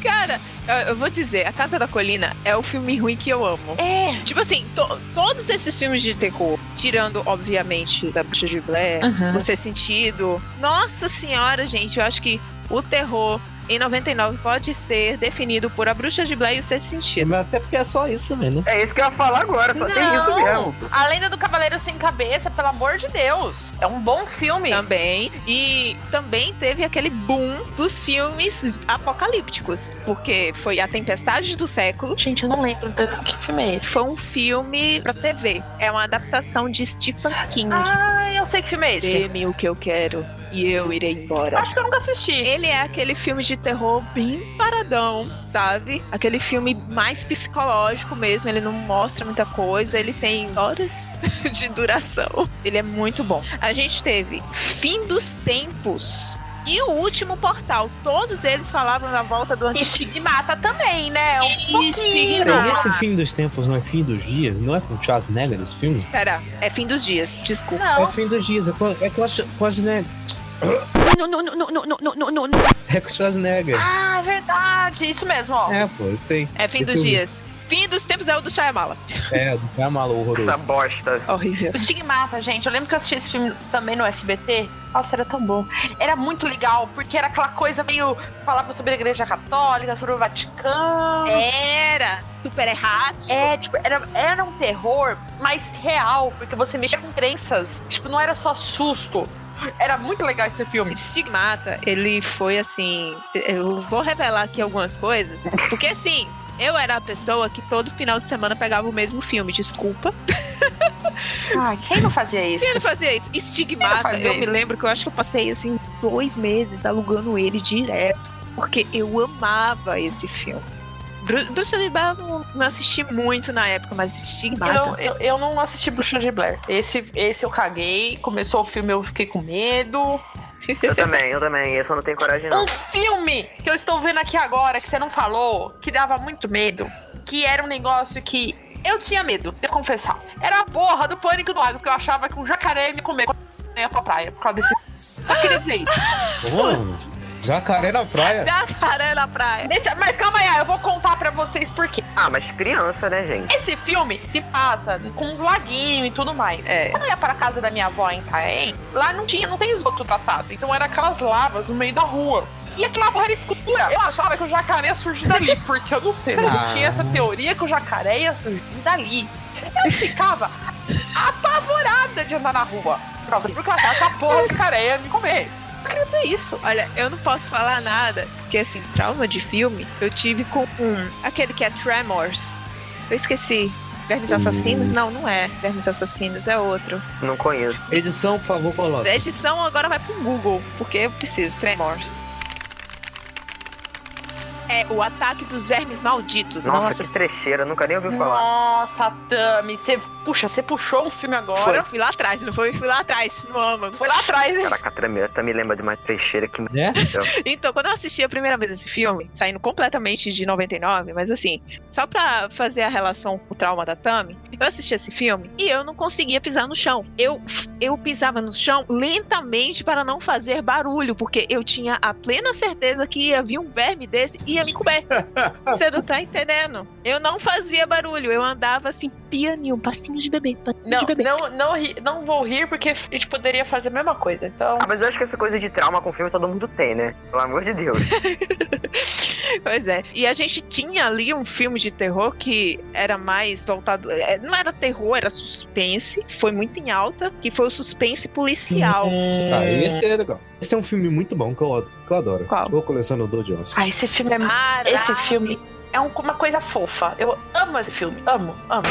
S1: Cara, eu- eu vou dizer, A Casa da Colina é o filme ruim que eu amo.
S4: É.
S1: Tipo assim, to- todos esses filmes de terror, tirando, obviamente, A Bruxa de Blair,
S4: né?
S1: O Ser Sentido. Nossa senhora, gente, eu acho que o terror em 99 pode ser definido por A Bruxa de Blair e O Ser Sentido.
S2: Mas até porque é só isso também, né?
S5: é isso que eu ia falar agora, só tem isso mesmo.
S4: A Lenda do Cavaleiro Sem Cabeça, pelo amor de Deus. É um bom filme.
S1: Também. E também teve aquele boom dos filmes apocalípticos. Porque foi A Tempestade do Século.
S4: Gente, eu não lembro do que filme é esse.
S1: Foi um filme pra TV. É uma adaptação de Stephen King.
S4: Ah, eu sei que filme é esse.
S1: Dê-me o que eu quero e eu irei embora.
S4: Acho que eu nunca assisti.
S1: Ele é aquele filme de terror bem paradão, sabe? Aquele filme mais psicológico mesmo. Ele não mostra muita coisa. Ele tem horas de duração. Ele é muito bom. A gente teve Fim dos Tempos e o último portal. Todos eles falavam da volta do
S4: E
S1: antigo.
S4: Estigmata também, né? Um pouquinho.
S1: Estigmata.
S2: E esse fim dos tempos não é fim dos dias? Não é com o Schwarzenegger esse filme?
S1: Pera, é fim dos dias. Desculpa.
S2: É o
S4: Não,
S2: fim dos dias, é com, é com a Sch- com a Schwarzenegger.
S1: Não, não, não, não, não, não, não, não.
S2: É com o Schwarzenegger.
S4: Ah, é verdade. Isso mesmo, ó.
S2: É, pô, eu sei.
S1: É fim
S2: Esse
S1: dos
S2: filme.
S1: dias. Fim dos tempos é o do Shyamala.
S2: É, do Camalo horroroso.
S5: Essa bosta.
S1: Horrível.
S4: O Estigmata, gente. Eu lembro que eu assisti esse filme também no SBT. Nossa, era tão bom. Era muito legal, porque era aquela coisa meio. Falava sobre a Igreja Católica, sobre o Vaticano.
S1: Era super errático.
S4: É, tipo, era, era um terror, mas real, porque você mexia com crenças. Tipo, não era só susto. Era muito legal esse filme.
S1: Estigmata, ele foi assim. Eu vou revelar aqui algumas coisas, porque assim. Eu era a pessoa que todo final de semana pegava o mesmo filme, desculpa.
S4: Ai, Ah, quem não fazia
S1: E
S4: isso?
S1: ele fazia isso.
S4: Eu
S1: Estigmata,
S4: fazia
S1: eu me
S4: isso.
S1: lembro que eu acho que eu passei assim dois meses alugando ele direto, porque eu amava esse filme. Bru- Bruxa de Blair eu não, não assisti muito na época, mas Estigmata.
S4: Eu, eu, eu não assisti Bruxa de Blair. Esse, esse eu caguei. Começou o filme, eu fiquei com medo.
S5: Eu também, eu também. Esse eu não tenho coragem, não.
S4: Um filme que eu estou vendo aqui agora, que você não falou, que dava muito medo, que era um negócio que eu tinha medo, devo confessar. Era a porra do pânico do lago, porque eu achava que um jacaré ia me comer quando eu ia pra praia, por causa desse. Só queria dizer isso.
S2: Mano, jacaré na praia.
S1: Jacaré na praia.
S4: Deixa- mas calma aí, ah, eu vou contar pra vocês por quê.
S5: Ah, mas criança, né, gente?
S4: Esse filme se passa com uns laguinhos e tudo mais.
S1: É.
S4: Quando eu ia pra casa da minha avó em Caém, lá não tinha, não tem esgoto tratado. Então era aquelas lavas no meio da rua. E aquela porra era escura. Eu achava que o jacaré ia surgir dali, porque eu não sei. Eu tinha essa teoria que o jacaré ia surgir dali. Eu ficava apavorada de andar na rua. Por causa do casal, essa porra de careia me comer. Só queria dizer isso.
S1: Olha, eu não posso falar nada, porque assim, trauma de filme eu tive com um. Aquele que é Tremors. Eu esqueci. Vermes Assassinos?
S5: Hum.
S1: Não, não é. Vermes Assassinos, é outro.
S5: Não conheço.
S2: Edição, por favor, coloca.
S1: A edição agora vai pro Google, porque eu preciso. Tremors. É o ataque dos vermes malditos.
S5: Nossa,
S1: Nossa,
S5: que trecheira, nunca nem ouvi falar.
S4: Nossa, Tami, você. Puxa, você puxou um filme
S1: foi.
S4: agora.
S1: Fui lá atrás, não foi? Fui lá atrás, no âmago.
S4: Foi lá atrás, hein?
S5: Caraca, tremeu. Até me lembra de uma trecheira que.
S2: Né?
S1: Então, quando eu assisti a primeira vez esse filme, saindo completamente de 99, mas assim, só pra fazer a relação com o trauma da Tami, eu assisti esse filme e eu não conseguia pisar no chão. Eu, eu pisava no chão lentamente para não fazer barulho, porque eu tinha a plena certeza que ia vir um verme desse e ia me comer. Você não tá entendendo? Eu não fazia barulho, eu andava assim, pianinho, passinho de bebê, passinho
S4: Não,
S1: de bebê.
S4: não, não, ri- não vou rir porque a gente poderia fazer a mesma coisa. Então,
S5: Ah, mas eu acho que essa coisa de trauma com filme todo mundo tem, né? Pelo amor de Deus.
S1: Pois é. E a gente tinha ali um filme de terror que era mais voltado. é, Não era terror, era suspense. Foi muito em alta, que foi o suspense policial.
S4: Uhum. Hum,
S2: Ah, esse é legal. Esse é um filme muito bom que eu, que eu adoro.
S1: Qual?
S2: O Colecionador de Ossos.
S4: ah, esse filme é
S1: Maravilha.
S4: Esse filme é um- uma coisa fofa. Eu amo esse filme. Amo, amo.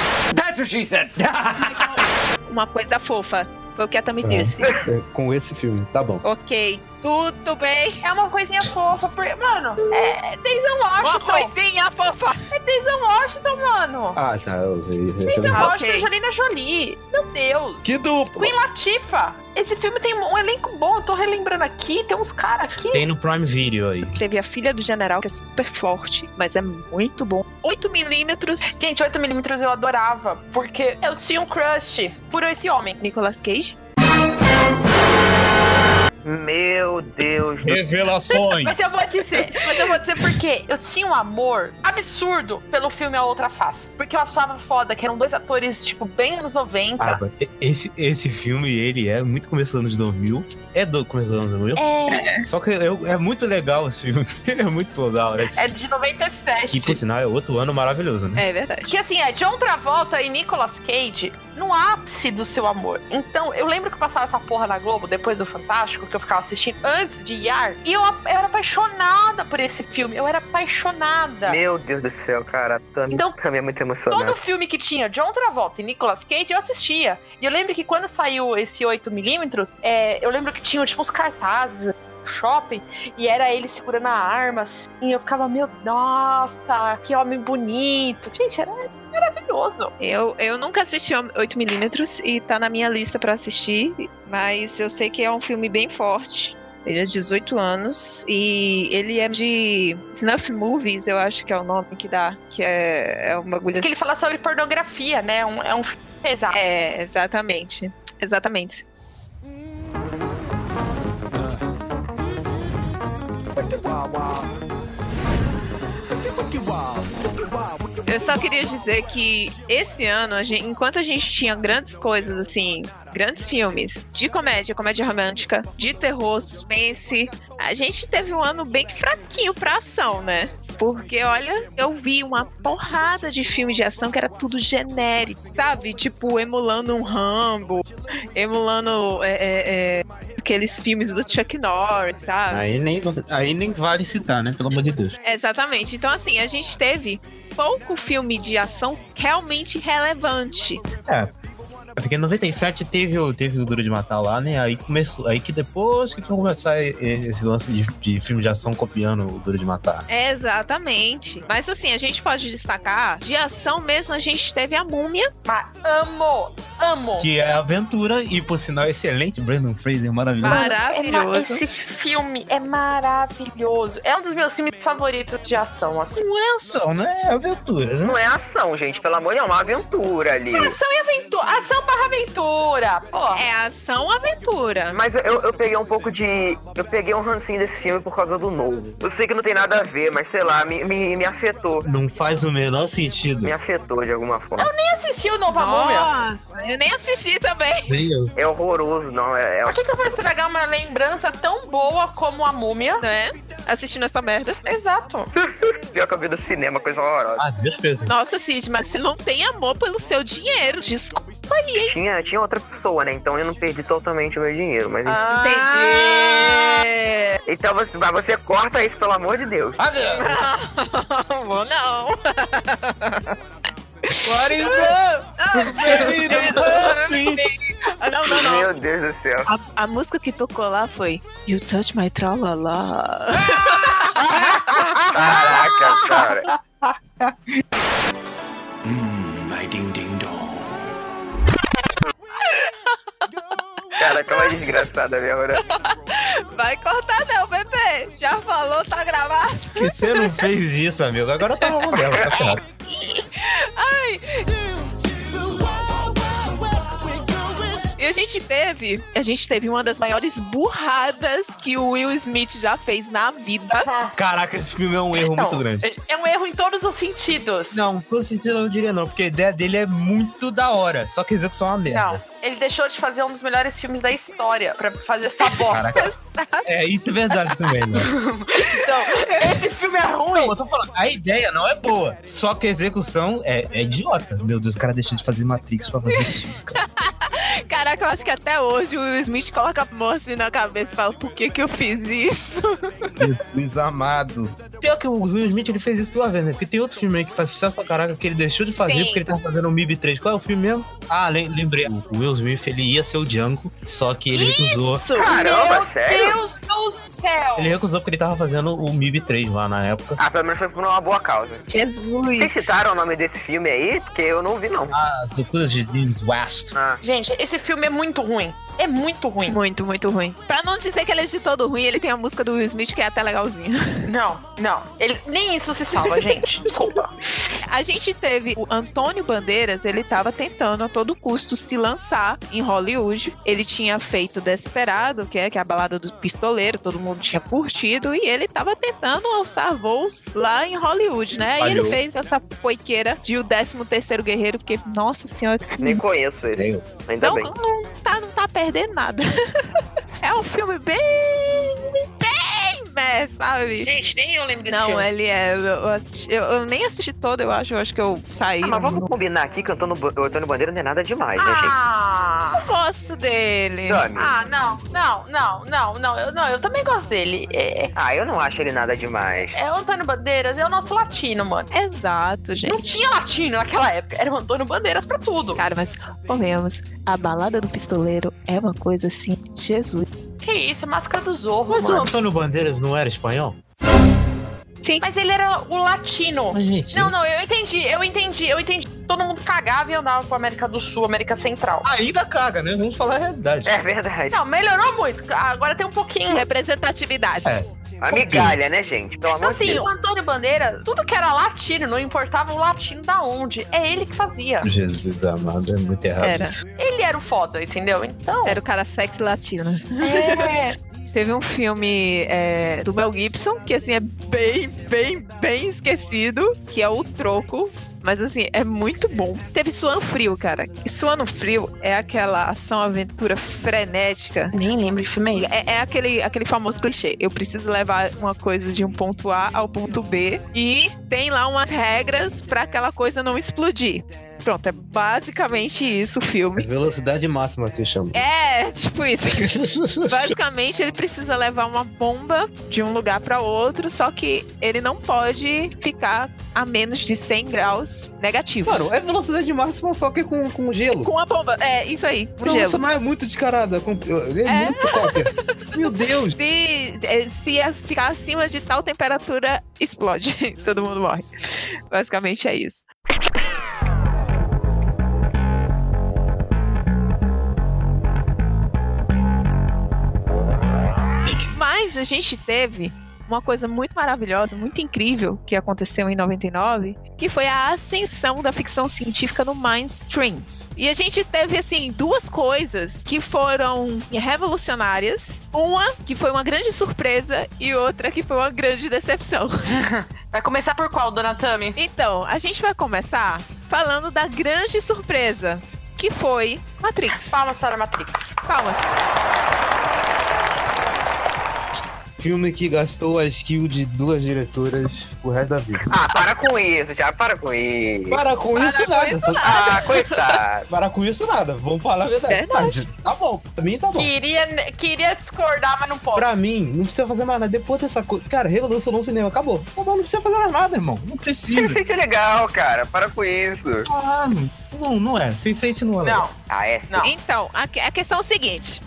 S1: Uma coisa fofa. Foi o que a Tammy
S2: É.
S1: disse.
S2: É, com esse filme, tá bom.
S1: Ok, tudo bem.
S4: É uma coisinha fofa, porque, mano, é Denzel
S1: Uma
S4: Washington.
S1: coisinha fofa.
S4: É Denzel Washington, mano.
S2: Ah, tá, eu sei. Esse é
S4: Denzel
S2: legal.
S1: Ah,
S4: Washington
S1: ok.
S4: e Angelina Jolie. Meu Deus.
S2: Que duplo!
S4: Queen Latifa. Esse filme tem um elenco bom. Eu tô relembrando aqui. Tem uns caras aqui.
S7: Tem no Prime Video aí.
S1: Teve a filha do general, que é super forte, mas é muito bom. 8 milímetros.
S4: Gente, 8mm eu adorava. Porque eu tinha um crush por esse homem.
S1: Nicolas Cage.
S5: Meu Deus do
S7: Revelações!
S4: Mas eu vou dizer, mas eu vou dizer porque eu tinha um amor absurdo pelo filme A Outra Face. Porque eu achava foda que eram dois atores, tipo, bem anos 90.
S2: Ah, mas
S7: Esse, esse filme, ele é muito começo dos anos 2000. É do começo dos anos 2000.
S4: É,
S7: Só que eu- é muito legal esse filme. Ele é muito legal. né?
S4: é de 97.
S7: Que, por sinal, é outro ano maravilhoso, né?
S1: É verdade.
S4: Que assim, é John Travolta e Nicolas Cage no ápice do seu amor. Então, eu lembro que eu passava essa porra na Globo, depois do Fantástico, que eu ficava assistindo antes de Yar. E eu, eu era apaixonada por esse filme. Eu era apaixonada.
S5: Meu Deus do céu, cara. Tami,
S4: Então,
S5: Tami é muito emocionante.
S4: Todo filme que tinha John Travolta e Nicolas Cage, eu assistia. E eu lembro que quando saiu esse 8mm, é, eu lembro que tinha tipo uns cartazes no shopping e era ele segurando a arma assim. E eu ficava, meu, nossa, que homem bonito. Gente, era maravilhoso.
S1: Eu, eu nunca assisti 8mm e tá na minha lista pra assistir, mas eu sei que é um filme bem forte. Ele é 18 anos e ele é de Snuff Movies, eu acho que é o nome que dá, que é, é um bagulho
S4: Porque
S1: assim.
S4: ele fala sobre pornografia, né? Um- é um filme pesado.
S1: É, exatamente. Exatamente. Eu só queria dizer que esse ano, a gente- enquanto a gente tinha grandes coisas, assim, grandes filmes de comédia, comédia romântica, de terror, suspense, a gente teve um ano bem fraquinho pra ação, né? Porque, olha, eu vi uma porrada de filme de ação que era tudo genérico, sabe? Tipo, emulando um Rambo, emulando é, é, é, aqueles filmes do Chuck Norris, sabe?
S2: Aí nem, aí nem vale citar, né? Pelo amor de Deus.
S1: Exatamente. Então, assim, a gente teve pouco filme de ação realmente relevante.
S7: É porque em 97 teve, o- teve o Duro de Matar lá, né? Aí começou. Aí que depois que foi começar e- e- esse lance de, de filme de ação copiando o Duro de Matar.
S1: Exatamente. Mas, assim, a gente pode destacar: de ação mesmo, a gente teve a múmia.
S4: Mas amo, amo.
S7: Que é aventura e, por sinal, excelente. Brandon Fraser, maravilhoso.
S4: É ma-
S1: Maravilhoso.
S4: Esse filme é maravilhoso. É um dos meus filmes favoritos de ação, assim.
S7: Não é ação, né? É aventura, né?
S5: Não é ação, gente. Pelo amor de Deus, é uma aventura ali.
S4: É Ação e aventura. Ação barra aventura. Porra.
S1: É ação aventura.
S5: Mas eu, eu peguei um pouco de. Eu peguei um rancinho desse filme por causa do novo. Eu sei que não tem nada a ver, mas sei lá, me, me, me afetou.
S7: Não faz o menor sentido.
S5: Me afetou de alguma forma.
S4: Quem assistiu o Novo
S1: Tá
S4: Amor?
S1: Nossa, eu nem assisti também.
S5: É horroroso, não. É, é-
S4: Por que, que eu vou estragar uma lembrança tão boa como a múmia?
S1: Né? assistindo essa merda.
S4: Exato.
S5: Pior que eu vi no cinema, coisa horrorosa.
S7: Ah, Deus peso.
S1: Nossa, Cid, mas você não tem amor pelo seu dinheiro. Desculpa aí, hein?
S5: Tinha, tinha outra pessoa, né? Então eu não perdi totalmente o meu dinheiro. Mas
S4: Ah.
S1: Entendi.
S5: Então você, mas você corta isso, pelo amor de Deus.
S4: Ah,
S1: Não, vou não.
S2: What is up? Baby, don't touch me.
S1: Ah, Não, não, não.
S5: Meu Deus do céu.
S1: A, a música que tocou lá foi You Touch My Tralala.
S5: Caraca, cara.
S6: My ding ding dong.
S5: Cara, que é uma desgraçada mesmo, né?
S1: Vai cortar não, bebê. Já falou, tá gravado.
S7: que você não fez isso, amigo? Agora tá bom dela, tá certo.
S1: E a gente teve, a gente teve uma das maiores burradas que o Will Smith já fez na vida.
S7: Caraca, esse filme é um erro
S4: Então,
S7: muito grande.
S4: É um erro em todos os sentidos.
S7: Não, tô sentindo, eu não diria não, porque a ideia dele é muito da hora, só que a execução é uma merda.
S4: Não. Ele deixou de fazer um dos melhores filmes da história pra fazer essa bosta.
S7: Caraca. É, isso é verdade também, né?
S4: Então, esse filme é ruim.
S7: Não, eu tô falando, a ideia não é boa, só que a execução é, é idiota. Meu Deus, o cara deixou de fazer Matrix pra fazer esse filme. cara.
S1: Caraca, eu acho que até hoje o Will Smith coloca a mão assim na cabeça e fala, por que que eu fiz isso?
S7: Jesus amado. Pior que o Will Smith, ele fez isso pela vez, né? Porque tem outro filme aí que faz sucesso pra caraca, que ele deixou de fazer
S1: Sim.
S7: porque ele tava fazendo o MIB 3. Qual é o filme mesmo? Ah, lem- lembrei. O Will Smith, ele ia ser o Django, só que ele recusou.
S1: Isso.
S4: Ah,
S5: Caramba,
S4: Meu
S5: sério?
S4: Deus do céu!
S7: é Ele recusou porque ele tava fazendo o MIB 3 lá na época.
S5: Ah, pelo menos foi por uma boa causa. Vocês
S1: Jesus.
S5: citaram o nome desse filme aí? Porque eu não vi, não.
S7: As loucuras de James West.
S5: Ah,
S4: Gente, esse filme é muito ruim. É muito ruim.
S1: Muito, muito ruim. Pra não dizer que ele é de todo ruim, ele tem a música do Will Smith que é até legalzinha.
S4: Não, não. Ele, nem isso se salva, gente. Desculpa.
S1: A gente teve o Antônio Bandeiras, ele tava tentando a todo custo se lançar em Hollywood. Ele tinha feito Desperado, que é, que é a balada do pistoleiro, todo mundo tinha curtido, e ele tava tentando alçar voos lá em Hollywood, né? E ele
S7: Falhou.
S1: fez essa poiqueira de O 13º Guerreiro, porque, nossa senhora, que filme
S5: nem conheço ele.
S7: Tem-
S5: Ainda
S1: não,
S5: bem. Ah,
S1: não, tá, não tá perdendo nada. é um filme bem. bem, né, sabe?
S4: Gente, nem eu lembro
S1: Não, ele é. Eu, eu assisti- eu- eu nem assisti todo, eu acho. Eu acho que eu saí. um
S5: Ah, mas
S1: não-
S5: vamos combinar aqui que o Antônio, Ba- o Antônio Bandeira não é nada demais, né, gente?
S4: Ah,
S1: Eu gosto dele.
S5: Dani.
S4: ah, não, não, não, não, não eu, não, eu também gosto dele. É,
S5: Ah, eu não acho ele nada demais.
S4: é o Antônio Bandeiras, é o nosso latino, mano.
S1: Exato,
S4: Não
S1: gente.
S4: tinha latino naquela época, era o Antônio Bandeiras pra tudo.
S1: Cara, mas convenhamos, a balada do pistoleiro é uma coisa assim, Jesus.
S4: Que isso, é máscara do Zorro,
S7: Mas o
S4: mano.
S7: Antônio Bandeiras não era espanhol?
S4: Mas ele era o latino.
S7: Mas, gente.
S4: Não, não, eu entendi, eu entendi, eu entendi. Todo mundo cagava e andava com a América do Sul, América Central.
S7: Ainda caga, né? Vamos falar a realidade.
S5: É verdade.
S4: Não, melhorou muito. Agora tem um pouquinho.
S1: Representatividade.
S7: É.
S5: A migalha, né, gente? Pelo amor de
S4: Assim,
S5: Deus.
S4: o Antônio Bandeira, tudo que era latino, não importava o latino da onde, é ele que fazia.
S7: Jesus amado, é muito errado
S1: Era.
S7: isso.
S4: Ele era o foda, entendeu? Então.
S1: Era o cara sexy latino.
S4: É.
S1: Teve um filme é, do Mel Gibson, que assim é bem, bem, bem esquecido, que é o Troco. Mas assim, é muito bom. Teve Suano Frio, cara. E Suano Frio é aquela ação-aventura frenética.
S4: Nem lembro que filme é esse.
S1: É, é aquele, aquele famoso clichê. Eu preciso levar uma coisa de um ponto A ao ponto B. E tem lá umas regras pra aquela coisa não explodir. Pronto, é basicamente isso o filme.
S2: É Velocidade máxima que eu chamo.
S1: É, tipo isso. Basicamente, ele precisa levar uma bomba de um lugar para outro, só que ele não pode ficar a menos de 100 graus negativos.
S2: Mano, é velocidade máxima só que com, com gelo.
S1: Com a bomba, é isso aí, com
S2: Nossa,
S1: gelo.
S2: mas é muito descarada. com- É,
S1: É.
S2: muito cópia. Meu Deus.
S1: Se, eh, se as- ficar acima de tal temperatura, explode. Todo mundo morre. Basicamente é isso. Mas a gente teve uma coisa muito maravilhosa, muito incrível que aconteceu em 99, que foi a ascensão da ficção científica no mainstream. E a gente teve assim duas coisas que foram revolucionárias, uma que foi uma grande surpresa e outra que foi uma grande decepção.
S4: Vai começar por qual, dona Tami?
S1: Então, a gente vai começar falando da grande surpresa, que foi Matrix.
S4: Palmas para a Matrix.
S1: Palmas.
S2: Filme que gastou a skill de duas diretoras pro resto da vida.
S5: Ah, para com isso, já para com isso.
S2: Para com isso nada. só-
S5: Ah, coitado.
S2: Para com isso nada. Vamos falar a verdade.
S1: Verdade.
S2: Mas, tá bom. Pra mim tá bom.
S4: Queria, queria discordar, mas não posso.
S2: Pra mim, não precisa fazer mais nada. Depois dessa coisa. Cara, revolucionou o cinema. Acabou. Acabou, não precisa fazer mais nada, irmão. Não
S5: Você
S2: precisa.
S5: sente legal, cara. Para com isso.
S2: Ah, não- não, não é. Sem sente não é. legal.
S4: Não,
S5: Ah, é?
S4: Não.
S1: Então, a, que- a questão é o seguinte.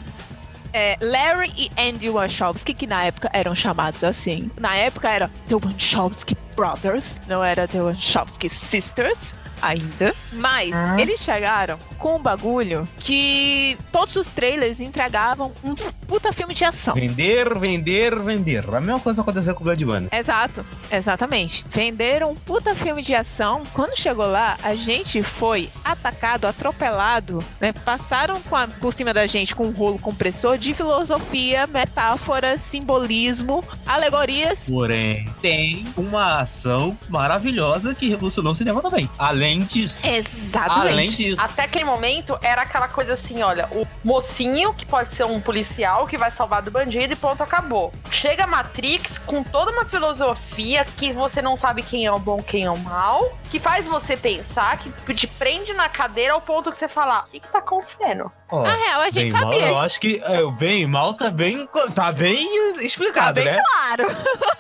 S1: É, Larry e Andy Wachowski, que na época eram chamados assim. Na época era The Wachowski Brothers, não era The Wachowski Sisters ainda. Mas eles chegaram com um bagulho que todos os trailers entregavam um puta filme de ação.
S7: Vender, vender, vender. A mesma coisa aconteceu com o Blade Runner.
S1: Exato, exatamente. Venderam um puta filme de ação. Quando chegou lá, a gente foi atacado, atropelado, né? Passaram com a- por cima da gente com um rolo compressor de filosofia, metáfora, simbolismo, alegorias.
S7: Porém, tem uma ação maravilhosa que revolucionou o cinema também. Além disso.
S1: É, Exatamente.
S7: Além disso.
S4: Até aquele momento era aquela coisa assim, olha, o mocinho, que pode ser um policial, que vai salvar do bandido e ponto, acabou. Chega Matrix com toda uma filosofia que você não sabe quem é o bom, quem é o mal, que faz você pensar, que te prende na cadeira ao ponto que você fala, o que, que tá acontecendo?
S7: Ó,
S1: Na real, Ah, a gente
S7: bem e mal,
S1: sabia.
S7: eu acho que é, o bem e mal tá bem, co- tá bem
S1: Tá
S7: explicado,
S1: bem
S7: né?
S1: claro.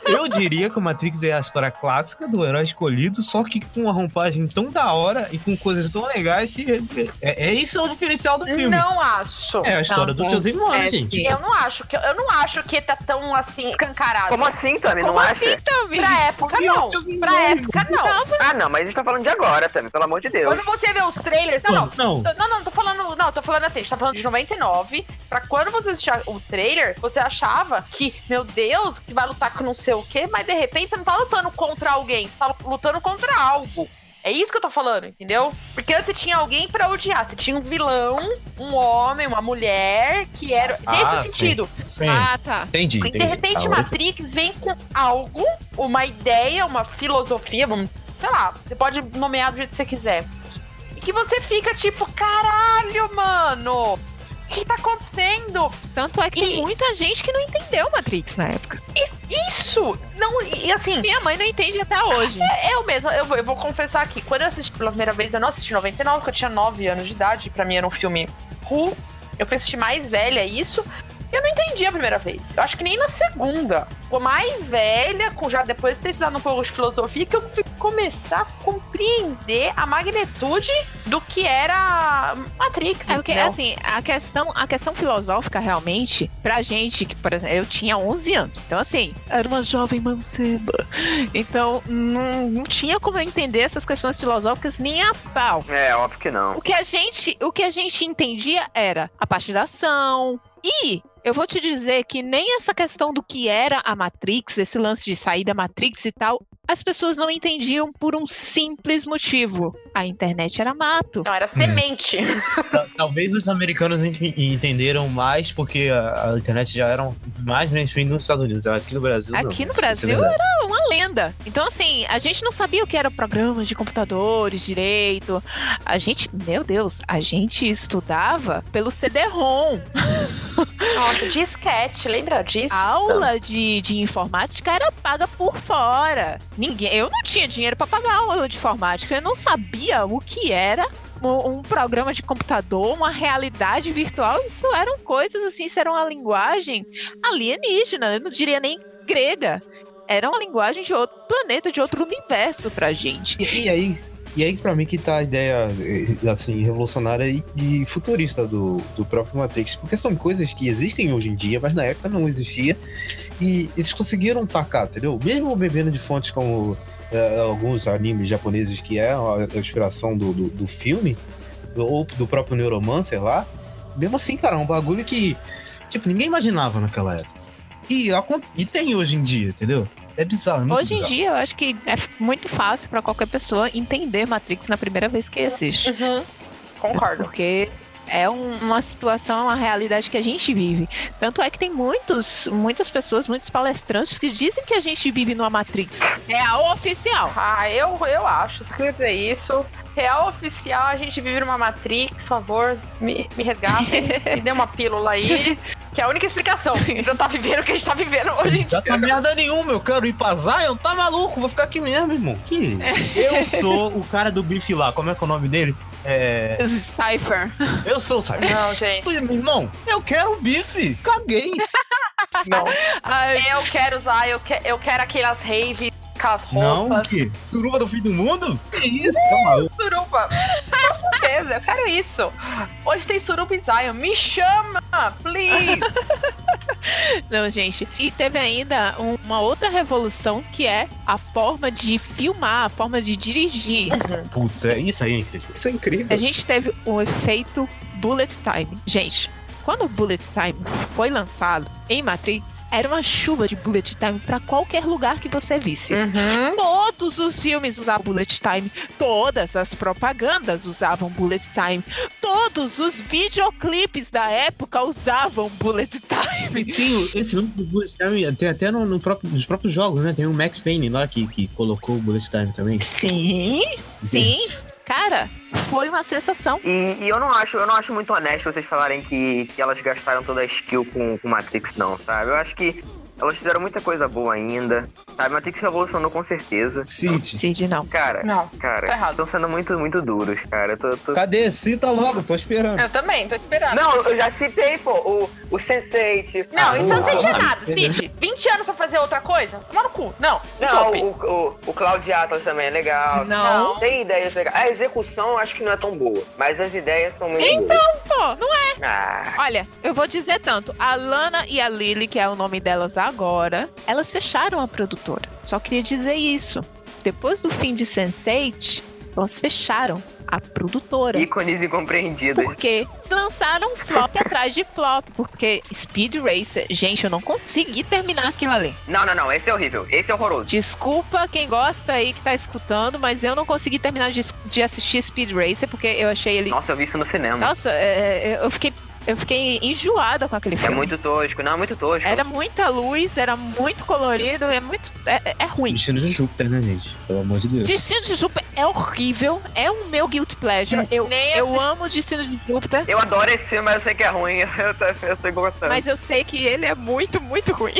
S7: Eu diria que o Matrix é a história clássica do herói escolhido, só que com uma roupagem tão da hora e com coisas tão legais. que- É, é isso é o diferencial do filme.
S4: Não acho.
S7: É a
S1: Não,
S7: história do tiozinho Mano,
S1: é,
S7: gente.
S1: sim.
S4: Eu não acho que eu não acho que tá tão assim escancarado.
S5: Como assim, Tami? Não
S1: Como
S5: acha?
S4: tá
S1: assim, Tami?
S4: Pra época não. Pra época não.
S5: Ah, não, mas a gente tá falando de agora, Tami, pelo amor de Deus.
S4: Quando você vê os trailers, não, não,
S7: Mano, não.
S4: Eu- Não, não, tô falando. Não, tô falando assim, a gente tá falando de 99. Pra quando você assistia o trailer, você achava que, meu Deus, que vai lutar com não sei o quê, mas de repente você não tá lutando contra alguém, você tá lutando contra algo. É isso que eu tô falando, entendeu? Porque antes você tinha alguém pra odiar. Você tinha um vilão, um homem, uma mulher, que era.
S7: Ah,
S4: nesse sentido.
S7: Sim.
S1: Ah, tá.
S7: Entendi,
S4: E
S7: entendi.
S4: de repente,
S7: Tá,
S4: Matrix vem com algo, uma ideia, uma filosofia, vamos, sei lá, você pode nomear do jeito que você quiser. E que você fica tipo, caralho, mano! O que tá acontecendo?
S1: Tanto é que tem
S4: E-
S1: muita gente que não entendeu Matrix na época.
S4: Isso! Não, e assim,
S1: Minha mãe não entende até hoje.
S4: eu mesma, eu vou, eu vou confessar aqui, quando eu assisti pela primeira vez, eu não assisti em 99, porque eu tinha 9 anos de idade, pra mim era um filme ru. Eu fui assistir mais velha isso. Eu não entendi a primeira vez. Eu acho que nem na segunda. Ficou mais velha, com já depois de ter estudado um pouco de filosofia, que eu fui começar a compreender a magnitude do que era Matrix.
S1: É porque,
S4: entendeu?
S1: assim, a questão, a questão filosófica realmente, pra gente, que, por exemplo, eu tinha 11 anos, então, assim, era uma jovem manceba. Então, não, não tinha como eu entender essas questões filosóficas nem a pau.
S5: É, óbvio que não.
S1: O que a gente, o que a gente entendia era a parte da ação. E eu vou te dizer que nem essa questão do que era a Matrix, esse lance de sair da Matrix e tal, as pessoas não entendiam por um simples motivo. A internet era mato.
S4: Não, era semente.
S7: Ta- Talvez os americanos ent- entenderam mais porque a, a internet já era um- mais mainstream nos Estados Unidos. Aqui no Brasil.
S1: Aqui no
S7: não. Isso é
S1: Brasil
S7: verdade.
S1: era uma lenda. Então, assim, a gente não sabia o que era programas de computadores direito. A gente, meu Deus, a gente estudava pelo CD-ROM.
S4: Nossa, disquete, lembra disso?
S1: A aula de, de informática era paga por fora. Ninguém, eu não tinha dinheiro pra pagar a aula de informática. Eu não sabia o que era um um programa de computador, uma realidade virtual. Isso eram coisas assim, isso era uma linguagem alienígena. Eu não diria nem grega. Era uma linguagem de outro planeta, de outro universo pra gente.
S2: E, e aí, e aí pra mim que tá a ideia eh, assim, revolucionária e, e futurista do, do próprio Matrix. Porque são coisas que existem hoje em dia, mas na época não existia. E eles conseguiram sacar, entendeu? Mesmo bebendo de fontes como eh, alguns animes japoneses que é a a inspiração do, do, do filme, ou do próprio Neuromancer lá, mesmo assim, cara, é um bagulho que, tipo, ninguém imaginava naquela época. E, acon- e tem hoje em dia, entendeu? É bizarro. é muito
S1: Hoje em
S2: bizarro.
S1: dia, eu acho que é f- muito fácil pra qualquer pessoa entender Matrix na primeira vez que existe.
S4: Uhum. Concordo.
S1: Porque é um- uma situação, uma realidade que a gente vive. Tanto é que tem muitos, muitas pessoas, muitos palestrantes que dizem que a gente vive numa Matrix. É a oficial.
S4: Ah, eu, eu acho, se quer dizer isso. Real oficial, a gente vive numa Matrix, por favor, me, me resgatem, me dê uma pílula aí. Que é a única explicação. A gente não tá vivendo o que a gente tá vivendo hoje em
S7: Não
S4: dia.
S7: tá merda nenhuma, eu quero ir pra Zion, tá maluco, vou ficar aqui mesmo, irmão. Que? Eu sou o cara do bife lá, como é que é o nome dele? É.
S1: Cypher.
S7: Eu sou o Cypher.
S4: Não, gente.
S7: Meu irmão, eu quero bife, caguei.
S4: Não.
S1: Ai,
S4: Eu quero usar, eu, que- eu quero aquelas raves, aquelas
S7: Não,
S4: roupas.
S7: que? Suruba do fim do mundo? Que isso, tá maluco.
S4: Suruba. Com certeza, eu quero isso. Hoje tem suruba em Zion. Me chama, please.
S1: Não, gente. E teve ainda um- uma outra revolução que é a forma de filmar, a forma de dirigir.
S7: Putz, é isso aí, é incrível.
S2: Isso é incrível.
S1: A gente teve o efeito Bullet Time. Gente, quando o Bullet Time foi lançado em Matrix, era uma chuva de Bullet Time pra qualquer lugar que você visse.
S4: Uhum.
S1: Todos os filmes usavam Bullet Time, todas as propagandas usavam Bullet Time, todos os videoclipes da época usavam Bullet Time.
S7: Tem o- esse nome do Bullet Time tem até no, no próprio- nos próprios jogos, né? Tem o Max Payne lá que, que colocou o Bullet Time também.
S1: Sim, sim. Cara, foi uma sensação.
S5: E, e eu não acho, eu não acho muito honesto vocês falarem que, que elas gastaram toda a skill com, com Matrix, não, sabe? Eu acho que elas fizeram muita coisa boa ainda. Sabe, Matrix revolucionou com certeza.
S7: Cid,
S1: Cid, não.
S5: Cara,
S4: Não,
S5: cara,
S4: tá errado.
S5: estão sendo muito, muito duros, cara. Eu tô- eu tô-
S7: cadê? Cita logo, tô esperando.
S4: eu também, tô esperando.
S5: Não, eu já citei, pô, o, o Sense8.
S4: Não,
S5: Ah,
S4: isso é um
S5: o-
S4: não sente
S7: ah,
S4: nada, Cid. 20 anos pra fazer outra coisa? Toma no cu. Não,
S5: Não,
S4: desculpe.
S5: o, o, o Cloud Atlas também é legal.
S1: Não.
S5: Tem ideias legais. A execução eu acho que não é tão boa, mas as ideias são muito boas.
S1: Então, pô, não
S5: Ah,
S1: Olha, eu vou dizer tanto. A Lana e a Lily, que é o nome delas agora, elas fecharam a produtora. Só queria dizer isso. Depois do fim de Sense8, elas fecharam a produtora.
S5: ícones incompreendidos.
S1: Porque lançaram um flop atrás de flop. Porque Speed Racer, gente, eu não consegui terminar aquilo ali.
S5: Não, não, não, esse é horrível, esse é horroroso.
S1: Desculpa quem gosta aí que tá escutando, mas eu não consegui terminar de, de assistir Speed Racer porque eu achei ele.
S5: Nossa, eu vi isso no cinema.
S1: Nossa, é, é, eu fiquei. Eu fiquei enjoada com aquele
S5: É
S1: filme.
S5: muito tosco, não, é muito tosco.
S1: Era muita luz, era muito colorido, é muito. É, é ruim.
S7: Destino de Júpiter, né, gente? Pelo amor de Deus.
S1: Destino de Júpiter é horrível, é o meu guilty pleasure. Eu,
S4: Nem
S1: eu
S4: assisti.
S1: amo Destino de Júpiter,
S5: Eu adoro esse filme, mas eu sei que é ruim, eu, tô- eu tô gostando.
S1: mas eu sei que ele é muito, muito ruim.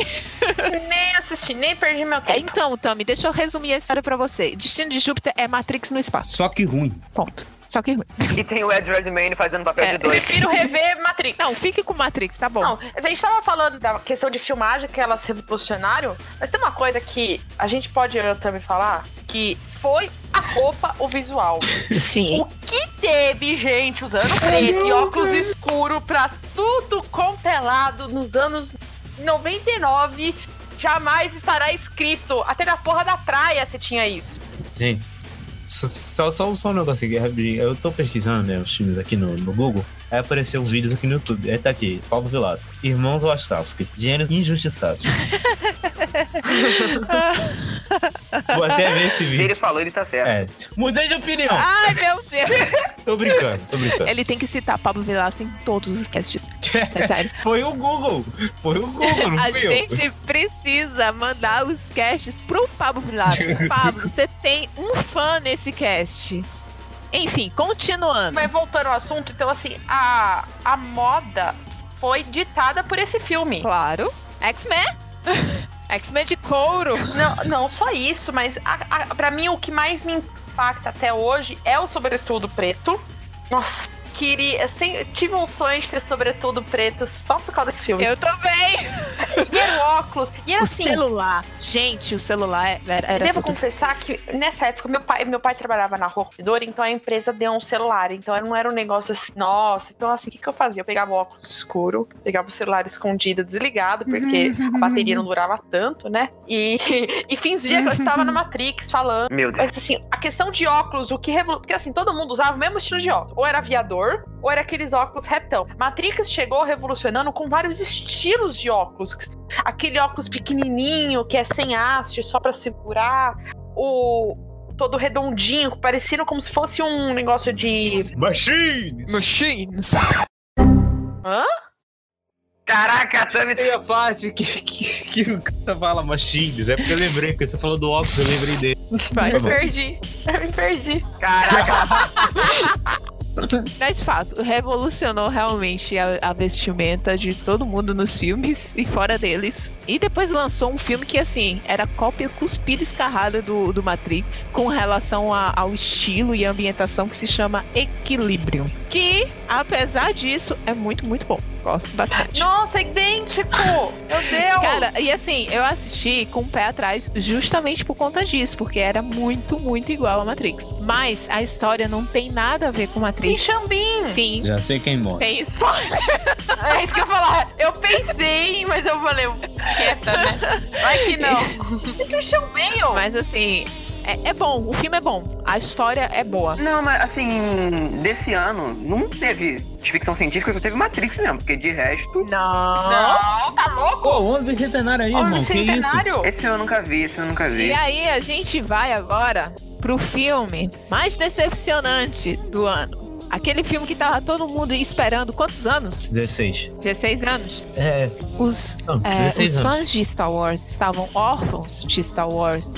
S4: Nem assisti, nem perdi meu
S1: É,
S4: tempo.
S1: então, Tami, deixa eu resumir a história pra você. Destino de Júpiter é Matrix no espaço.
S7: Só que ruim.
S1: Ponto. Só que é ruim.
S5: E tem o Ed Redmayne fazendo papel
S1: É.
S5: de dois.
S4: Prefiro rever Matrix.
S1: Não, fique com Matrix, tá bom.
S4: Não, a gente tava falando da questão de filmagem que elas revolucionaram, mas tem uma coisa que a gente pode eu também falar, que foi a roupa, o visual.
S1: Sim.
S4: O que teve gente usando preto e óculos escuro pra tudo quanto é lado nos anos 99 jamais estará escrito. Até na porra da praia você tinha isso.
S7: Gente, só- só, só, só um negócio aqui, rapidinho. Eu tô pesquisando, né, os filmes aqui no, no Google. Aí apareceu vídeos aqui no YouTube. Aí tá aqui, Paulo Vilas. Irmãos Wachowski, gênios injustiçados. Vou até ver esse
S5: Ele
S7: vídeo.
S5: falou, ele tá certo.
S7: É. Mudei de opinião.
S1: Ai, meu Deus.
S7: Tô brincando, tô brincando.
S1: Ele tem que citar Pablo Vilaça em todos os casts. É sério.
S7: Foi o Google. Foi o Google, não
S1: A
S7: fui eu.
S1: gente precisa mandar os casts pro Pablo Vilar. Pablo, você tem um fã nesse cast. Enfim, continuando.
S4: Mas voltando ao assunto, então assim, a, a moda foi ditada por esse filme.
S1: Claro. X-Men? X-Men de couro.
S4: Não, não só isso, mas a, a, pra mim o que mais me impacta até hoje é o sobretudo preto. Nossa, queria. Eu sem- tive um sonho de ter sobretudo preto só por causa desse filme.
S1: Eu também.
S4: E era o óculos. E era
S1: O
S4: assim.
S1: celular. Gente, o celular era, era
S4: devo
S1: tudo.
S4: confessar que nessa época meu pai, meu pai trabalhava na roupidora, então a empresa deu um celular. Então não era um negócio assim, nossa. Então assim, o que, que eu fazia? Eu pegava o óculos escuro, pegava o celular escondido, desligado, porque
S1: Uhum,
S4: a bateria não durava tanto, né? E, e fingia que eu estava na Matrix falando.
S5: Meu Deus.
S4: Mas assim, a questão de óculos, o que revolucionou. Porque assim, todo mundo usava o mesmo estilo de óculos. Ou era aviador, ou era aqueles óculos retão. Matrix chegou revolucionando com vários estilos de óculos. Aquele óculos pequenininho, que é sem haste, só pra segurar. O todo redondinho, parecendo como se fosse um negócio de.
S7: Machines!
S1: Machines.
S5: Caraca, a Tami
S7: Tem a parte que, que, que o cara fala machines. É porque eu lembrei, porque você falou do óculos, eu lembrei dele.
S4: Eu
S7: Tá
S4: me
S7: bom.
S4: perdi. Eu me perdi.
S5: Caraca!
S1: Mas fato, revolucionou realmente a, a vestimenta de todo mundo nos filmes e fora deles. E depois lançou um filme que, assim, era cópia cuspida e escarrada do, do Matrix com relação a- ao estilo e ambientação que se chama Equilíbrio. Que, apesar disso, é muito, muito bom. Gosto bastante.
S4: Nossa, é um idêntico! Meu Deus!
S1: Cara, e assim, eu assisti com o pé atrás justamente por conta disso, porque era muito, muito igual a Matrix. Mas a história não tem nada a ver com
S4: tem
S1: Matrix.
S4: Xambim!
S1: Sim,
S7: Já sei quem morre.
S1: tem spoiler.
S4: É isso que eu ia falar. Eu pensei, mas eu falei, quieta, né? Vai que não. É que o Xambim, ó.
S1: Mas assim, é, é bom, o filme é bom, a história é boa.
S3: Não, mas assim, desse ano não teve de ficção científica, só teve Matrix mesmo, porque de resto,
S1: Não.
S4: Não, tá louco?
S7: Pô, o homem bicentenário aí, irmão. Que isso?
S4: Um Bicentenário?
S3: esse eu nunca vi, esse eu nunca vi.
S1: E aí a gente vai agora pro filme mais decepcionante do ano. Aquele filme que tava todo mundo esperando quantos anos?
S7: 16.
S1: 16 anos?
S7: É,
S1: Os
S7: não,
S1: É,
S7: 16
S1: os
S7: anos.
S1: fãs de Star Wars estavam órfãos de Star Wars.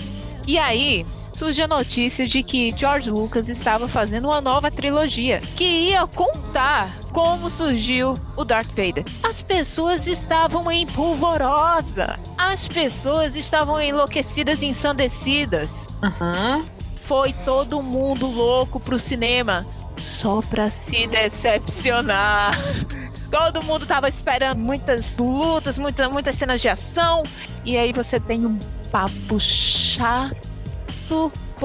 S1: E aí surge a notícia de que George Lucas estava fazendo uma nova trilogia que ia contar como surgiu o Darth Vader. As pessoas estavam em polvorosa. As pessoas estavam enlouquecidas, ensandecidas. Foi todo mundo louco pro cinema só pra se decepcionar. Todo mundo tava esperando muitas lutas, muita, muitas cenas de ação. E aí você tem um papo chato,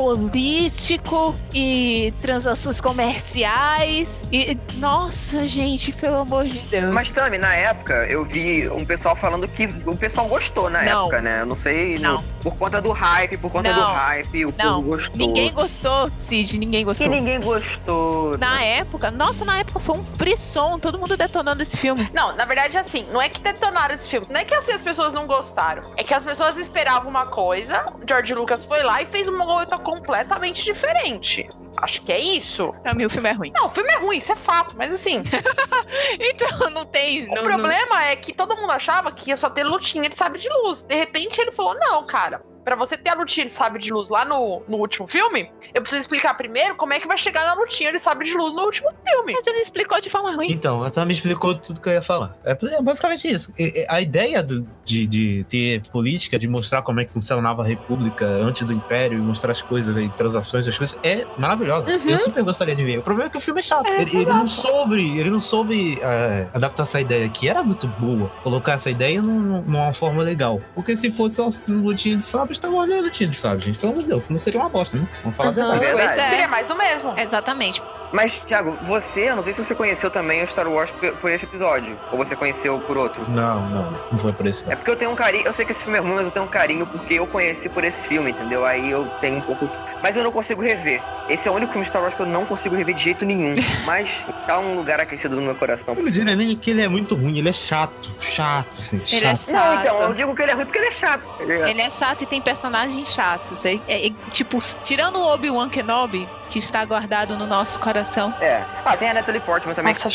S1: político e transações comerciais. E nossa, gente, pelo amor de Deus.
S3: Mas Tami, na época eu vi um pessoal falando que o pessoal gostou na
S1: Não.
S3: época, né? Eu não sei, no-
S1: Não.
S3: por conta do hype, por conta
S1: Não.
S3: do hype, o
S1: Não.
S3: povo gostou.
S1: ninguém gostou, Cid, ninguém
S3: que
S1: gostou.
S3: ninguém gostou.
S1: Na época, nossa, na época foi um frisson, todo mundo detonando esse filme.
S4: Não, na verdade, assim, não é que detonaram esse filme. Não é que assim as pessoas não gostaram. É que as pessoas esperavam uma coisa, o George Lucas foi lá e fez uma outra completamente diferente. Acho que é isso.
S1: Pra mim, o filme é ruim.
S4: Não, o filme é ruim, isso é fato, mas assim,
S1: Então, não tem.
S4: o problema é que todo mundo achava que ia só ter lutinha de sabre de luz. De repente ele falou: não, cara. Pra você ter a lutinha de sabre de luz lá no, no último filme, eu preciso explicar primeiro como é que vai chegar na lutinha de sabre de luz no último filme.
S1: Mas ele explicou de forma ruim.
S7: Então, ela me explicou tudo que eu ia falar. É é basicamente isso. E- e A ideia do- de, de ter política, de mostrar como é que funcionava a república antes do império, e mostrar as coisas e transações, as coisas, é maravilhosa.
S4: Uhum.
S7: Eu super gostaria de ver. O problema é que o filme é chato.
S1: É,
S7: ele, ele não soube, ele não soube é, adaptar essa ideia, que era muito boa, colocar essa ideia num- numa forma legal. Porque se fosse só um lutinho de sábio, estava olhando lutinha de sábio, gente. Pelo amor de Deus, não seria uma bosta, né? Vamos falar a
S4: Uhum.
S7: verdade.
S1: Pois é.
S4: Seria mais do mesmo.
S1: Exatamente.
S3: Mas, Thiago, você, eu não sei se você conheceu também o Star Wars p- por esse episódio, ou você conheceu por outro.
S7: Não, não, não foi por isso. não.
S3: É porque eu tenho um carinho, eu sei que esse filme é ruim, mas eu tenho um carinho porque eu conheci por esse filme, entendeu? Aí eu tenho um pouco. Mas eu não consigo rever. Esse é o único filme Star Wars que eu não consigo rever de jeito nenhum. Mas tá um lugar aquecido no meu coração.
S7: Eu não diria nem que ele é muito ruim, ele é chato, chato, assim, chato.
S1: Ele é
S3: Não,
S1: chato.
S3: então, eu digo que ele é ruim porque ele é chato. tá ligado?
S1: Ele é chato e tem personagens chatos. É, é- é, tipo, s- tirando o Obi-Wan Kenobi, que está guardado no nosso coração,
S3: É. Ah, tem a Natalie Portman
S1: é
S3: também.
S4: Nossa,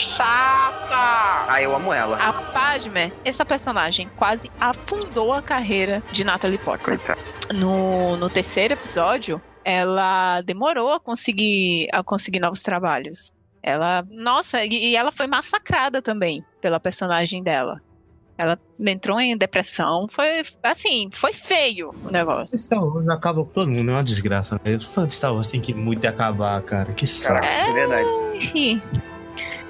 S4: chata!
S3: Ah, eu amo ela.
S1: a Padme, essa personagem, quase afundou a carreira de Natalie Portman.
S3: Coitada.
S1: No, no terceiro episódio, ela demorou a conseguir, a conseguir novos trabalhos. Ela, nossa, e, e ela foi massacrada também pela personagem dela. Ela entrou em depressão, foi assim, foi feio o negócio.
S7: Star Wars acaba com todo mundo, é uma desgraça. né? Os fãs de Star Wars tem que muito acabar, cara. Que
S3: Caraca,
S7: saco.
S3: é verdade.
S1: Enfim.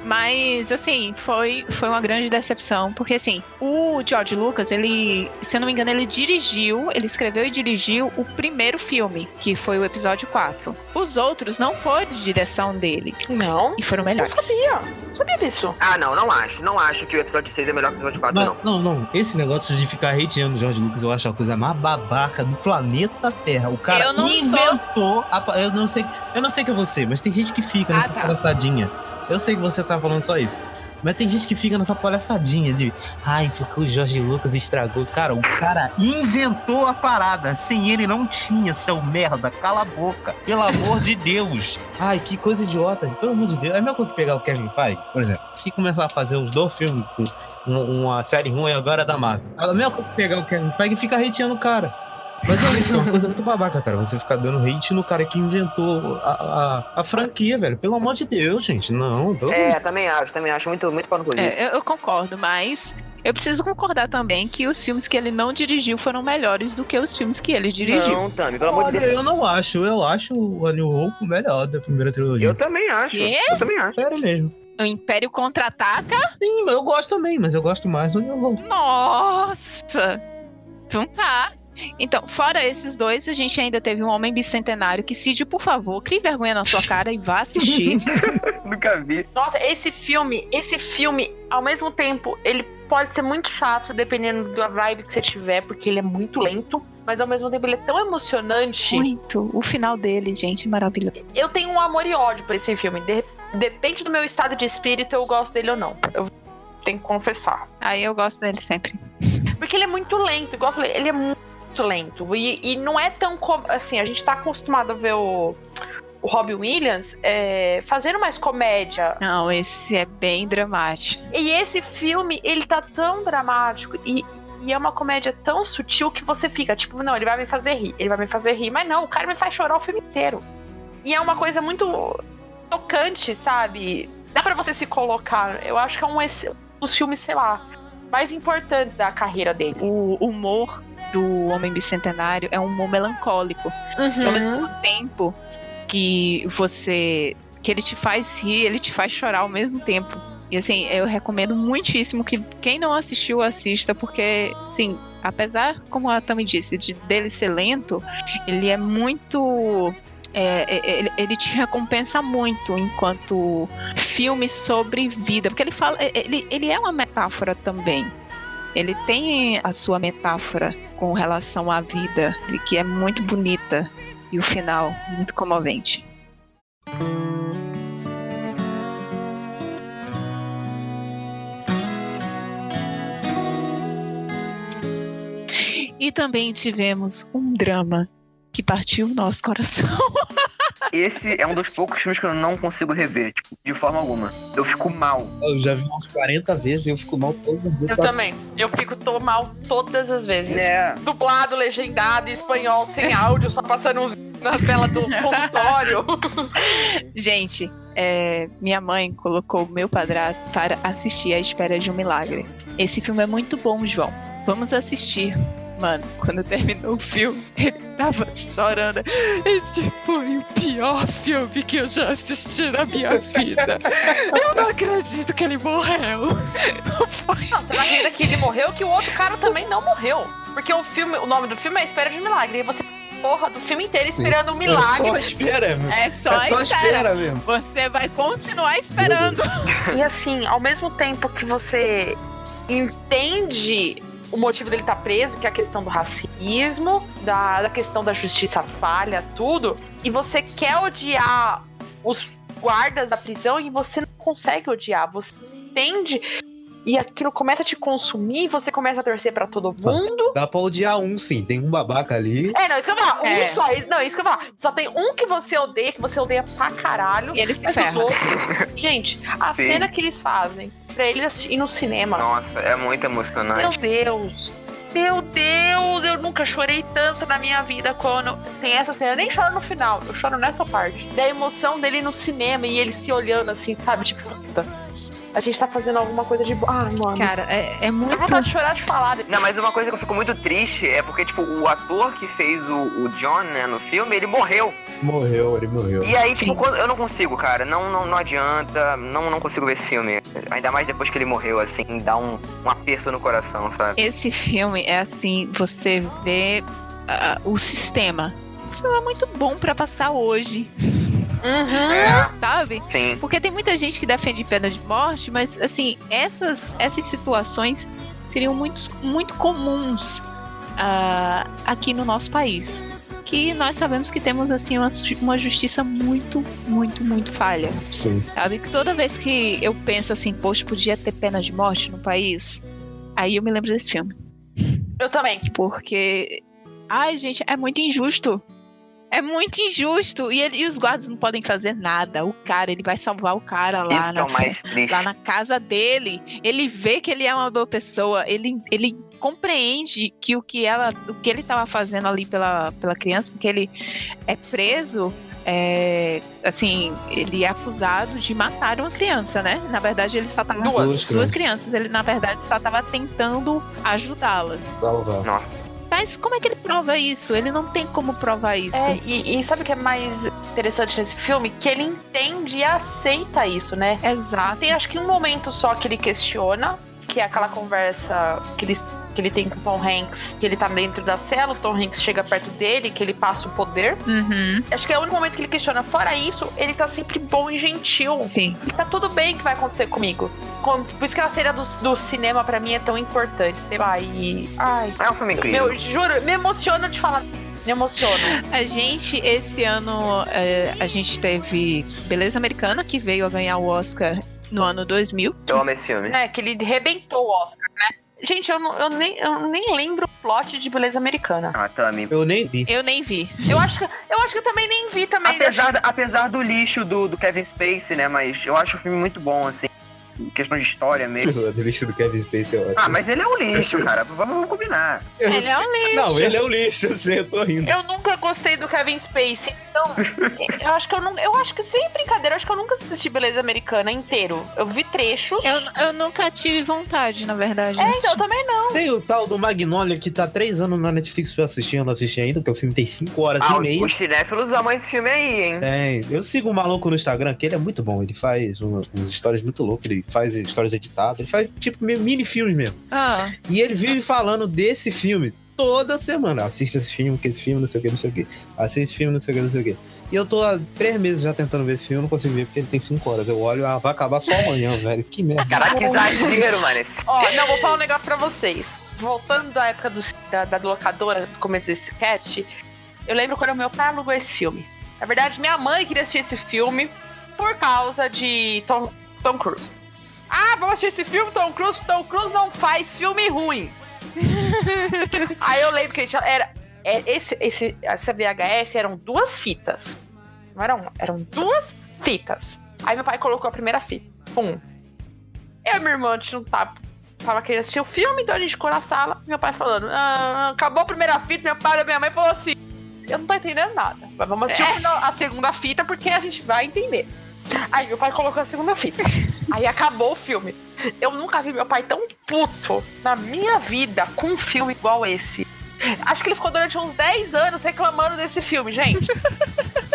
S1: Mas, assim, foi, foi uma grande decepção, porque, assim, o George Lucas, ele, se eu não me engano, ele dirigiu, ele escreveu e dirigiu o primeiro filme, que foi o episódio 4. Os outros não foram de direção dele,
S4: Não.
S1: e foram
S4: Não
S1: melhores.
S4: sabia. Não sabia disso.
S5: Ah, não, não acho. Não acho que o episódio 6 é melhor que o episódio 4, não.
S7: Mas, não, não. Esse negócio de ficar hateando o George Lucas, eu acho a coisa mais babaca do planeta Terra. O cara
S1: Eu não sou.
S7: inventou. a pa- eu, não sei, eu não sei que é você, mas tem gente que fica
S1: Ah,
S7: nessa
S1: tá.
S7: palhaçadinha. Eu sei que você tá falando só isso. Mas tem gente que fica nessa palhaçadinha de. Ai, porque o George Lucas estragou. Cara, o cara inventou a parada. Sem ele não tinha, seu merda. Cala a boca. Pelo amor de Deus. Ai, que coisa idiota. Pelo amor de Deus. É a mesma coisa que pegar o Kevin Feige, por exemplo. Se começar a fazer uns dois filmes um, É com um- uma série ruim agora é da Marvel. É a mesma coisa que pegar o Kevin Feige e ficar hateando o cara. Mas olha, isso é uma coisa muito babaca, cara. Você ficar dando hate no cara que inventou a, a, a franquia, velho. Pelo amor de Deus, gente. Não, pelo
S5: É, também acho, também acho muito, muito pau no cu.
S1: É, eu, eu concordo, mas eu preciso concordar também que os filmes que ele não dirigiu foram melhores do que os filmes que ele dirigiu.
S5: Não, Tami, pelo amor de
S7: Olha,
S5: Deus.
S7: eu não acho. Eu acho o A New Hope o melhor da primeira trilogia.
S5: Eu também acho.
S1: Quê?
S5: Eu também acho.
S7: Sério mesmo.
S1: O Império Contra-Ataca?
S7: Sim, mas eu gosto também, mas eu gosto mais do New Hope.
S1: Nossa! Então tá. Então, fora esses dois, a gente ainda teve um Homem Bicentenário que, Cid, por favor, crie vergonha na sua cara e vá assistir.
S5: Nunca vi.
S4: Nossa, esse filme, esse filme, ao mesmo tempo, ele pode ser muito chato, dependendo da vibe que você tiver, porque ele é muito lento, mas ao mesmo tempo ele é tão emocionante.
S1: Muito. O final dele, gente, maravilhoso.
S4: Eu tenho um amor e ódio por esse filme. De- depende do meu estado de espírito, eu gosto dele ou não. Eu tenho que confessar.
S1: Aí eu gosto dele sempre.
S4: Porque ele é muito lento, igual eu falei, ele é muito lento. E, e não é tão. co- Assim, a gente tá acostumado a ver o. O Robbie Williams é, fazendo mais comédia,
S1: Não, esse é bem dramático.
S4: E esse filme, ele tá tão dramático e, e é uma comédia tão sutil que você fica, tipo, não, ele vai me fazer rir, ele vai me fazer rir, mas não, o cara me faz chorar o filme inteiro. E é uma coisa muito tocante, sabe? Dá pra você se colocar. Eu acho que é um, ex- um dos filmes, sei lá, mais importantes da carreira dele.
S1: O humor do Homem Bicentenário é um humor melancólico. Então, ao mesmo tempo que você. que ele te faz rir, ele te faz chorar ao mesmo tempo. E assim, eu recomendo muitíssimo que quem não assistiu, assista, porque, assim, apesar, como a Tami disse, de dele ser lento, ele é muito. é, é, ele, ele te recompensa muito enquanto filme sobre vida. Porque ele fala. é, Ele, ele é uma metáfora também. Ele tem a sua metáfora com relação à vida, e que é muito bonita e o final muito comovente. E também tivemos um drama que partiu o nosso coração.
S5: Esse é um dos poucos filmes que eu não consigo rever, tipo, de forma alguma. Eu fico mal.
S2: Eu já vi umas 40 vezes e eu fico mal todo mundo.
S4: Eu também. Eu fico tô mal todas as vezes.
S5: É.
S4: Dublado, legendado, em espanhol, sem áudio, só passando uns na tela do consultório.
S1: Gente, é, minha mãe colocou o meu padrasto para assistir A Espera de um Milagre. Esse filme é muito bom, João. Vamos assistir. Mano, quando terminou o filme, ele tava chorando. Esse foi o pior filme que eu já assisti na minha vida. Eu não acredito que ele morreu.
S4: Não, você vai rir que ele morreu, que o outro cara também não morreu. Porque o filme, o nome do filme é Espera de um Milagre. E você porra do filme inteiro esperando um milagre.
S2: Só espera, meu.
S1: É só,
S2: é só espera mesmo.
S1: Você vai continuar
S2: esperando.
S4: E assim, ao mesmo tempo que você entende o motivo dele estar preso, que é a questão do racismo, da, da questão da justiça falha, tudo, e você quer odiar os guardas da prisão e você não consegue odiar, você entende e aquilo começa a te consumir, você começa a torcer pra todo mundo.
S2: Dá pra odiar um, sim. Tem um babaca ali.
S4: É, não, isso que eu ia falar.
S1: É.
S4: Um só. isso- Não, isso que eu ia falar. Só tem um que você odeia, que você odeia pra caralho.
S1: E ele se
S4: Mas os
S1: ferra.
S4: outros. Gente, a
S5: Sim.
S4: cena que eles fazem pra eles ir no cinema.
S5: Nossa, é muito
S4: Meu
S5: emocionante.
S4: Deus. Meu Deus, eu nunca chorei tanto na minha vida quando tem essa cena. Eu nem choro no final, eu choro nessa parte. Da emoção dele no cinema e ele se olhando assim, sabe? Tipo, puta, a gente tá fazendo alguma coisa de boa. Ah, mano.
S1: Cara, é, é
S4: Eu
S1: muito.
S4: vou vontade de chorar de falar. desse-
S5: Não, mas uma coisa que eu fico muito triste é porque, tipo, o ator que fez o, o John, né, no filme, ele morreu.
S2: Morreu, ele morreu.
S5: E aí,
S1: Sim.
S5: tipo, quando- eu não consigo, cara. Não, não, não adianta. Não, não consigo ver esse filme. Ainda mais depois que ele morreu, assim, dá um, um aperto no coração, sabe?
S1: Esse filme é assim, você vê ah, o sistema. Isso é muito bom pra passar hoje,
S4: Uhum.
S5: É,
S1: sabe?
S5: sim.
S1: Porque tem muita gente que defende pena de morte, mas assim, essas, essas situações seriam muito, muito comuns ah, aqui no nosso país. Que nós sabemos que temos assim uma, justi- uma justiça muito, muito, muito falha.
S2: Sim.
S1: Sabe que toda vez que eu penso assim, poxa, podia ter pena de morte no país, aí eu me lembro desse filme.
S4: Eu também.
S1: Porque. Ai, gente, é muito injusto. É muito injusto. E, ele- e os guardas não podem fazer nada. O cara, ele vai salvar o cara lá
S5: Isso que
S1: na
S5: é o mais triste.
S1: Lá na casa dele, ele vê que ele é uma boa pessoa, ele, ele compreende que o que ela, o que ele estava fazendo ali pela, pela criança, porque ele é preso, é, assim, ele é acusado de matar uma criança, né? Na verdade, ele só tava
S4: Duas.
S1: duas, duas crianças, ele na verdade só estava tentando ajudá-las.
S2: Salva.
S1: Mas como é que ele prova isso? Ele não tem como provar isso.
S4: É, e, e sabe o que é mais interessante nesse filme? Que ele entende e aceita isso, né?
S1: Exato.
S4: Tem acho que um momento só que ele questiona, que é aquela conversa que ele, que ele tem com o Tom Hanks, que ele tá dentro da cela, o Tom Hanks chega perto dele, que ele passa o poder.
S1: Uhum.
S4: Acho que é o único momento que ele questiona. Fora isso, ele tá sempre bom e gentil.
S1: Sim.
S4: E tá tudo bem que vai acontecer comigo. Com- Por isso que a cena do, do cinema pra mim é tão importante, sei lá, e... Ai,
S5: É um filme incrível.
S4: meu, juro, me emociono de falar... Me emociono.
S1: A gente, esse ano, é, a gente teve Beleza Americana, que veio a ganhar o Oscar no ano 2000.
S5: Eu amo esse filme.
S4: né? Que ele rebentou o Oscar, né? Gente, eu, não- eu nem, eu nem lembro o plot de Beleza Americana.
S5: Ah, Tami.
S2: Eu nem vi.
S1: Eu nem vi.
S4: Eu acho que eu, acho que eu também nem vi também.
S5: Apesar, da- apesar do lixo do, do Kevin Spacey, né? Mas eu acho o filme muito bom, assim. em Questão de história mesmo.
S2: A lista do Kevin Spacey é ótimo.
S5: Ah, mas ele é um lixo, cara. Vamos, vamos combinar.
S1: Ele é um lixo.
S2: Não, ele é um lixo, eu sei, eu tô rindo.
S4: Eu nunca gostei do Kevin Spacey, então eu acho que eu não, eu acho que sem brincadeira, eu acho que eu nunca assisti Beleza Americana inteiro. Eu vi trechos.
S1: Eu, eu nunca tive vontade, na verdade.
S4: É,
S1: disso.
S4: então eu também não.
S2: Tem o tal do Magnolia que tá há três anos na Netflix pra assistir, eu não assisti ainda, porque o filme tem cinco horas
S5: Ah,
S2: e
S5: os,
S2: meia.
S5: os cinéfilos amam esse filme aí, hein?
S2: Tem. Eu sigo um maluco no Instagram, que ele é muito bom. Ele faz uma- umas histórias muito loucas, ele faz histórias editadas, ele faz tipo meio mini filmes mesmo.
S1: Ah,
S2: E ele vive falando desse filme toda semana. Assiste esse filme, que esse filme, não sei o que, não sei o que. Assiste esse filme, não sei o que, não sei o que. E eu tô há três meses já tentando ver esse filme, não consigo ver porque ele tem cinco horas. Eu olho, ah, vai acabar só amanhã, velho. Que merda.
S5: Caraca, que exagero, mano. Esse-
S4: Ó, não, vou falar um negócio pra vocês. Voltando da época do- da, da locadora, do começo desse cast, eu lembro quando meu pai alugou esse filme. Na verdade, minha mãe queria assistir esse filme por causa de Tom, Tom Cruise. Ah, vamos assistir esse filme, Tom Cruise. Tom Cruise não faz filme ruim. Aí eu lembro que a gente era. é, esse, esse, essa VHS eram duas fitas. Não era uma, eram duas fitas. Aí meu pai colocou a primeira fita. Um. Eu e meu irmão, a gente não tá tava tava querendo assistir o filme, então a gente ficou na sala, meu pai falando, "Ah, acabou a primeira fita, meu pai e minha mãe falou assim, eu não tô entendendo nada, mas vamos assistir o final- a segunda fita porque a gente vai entender. Aí meu pai colocou a segunda fita, aí acabou o filme. Eu nunca vi meu pai tão puto na minha vida com um filme igual esse. Acho que ele ficou durante uns 10 anos reclamando desse filme, gente.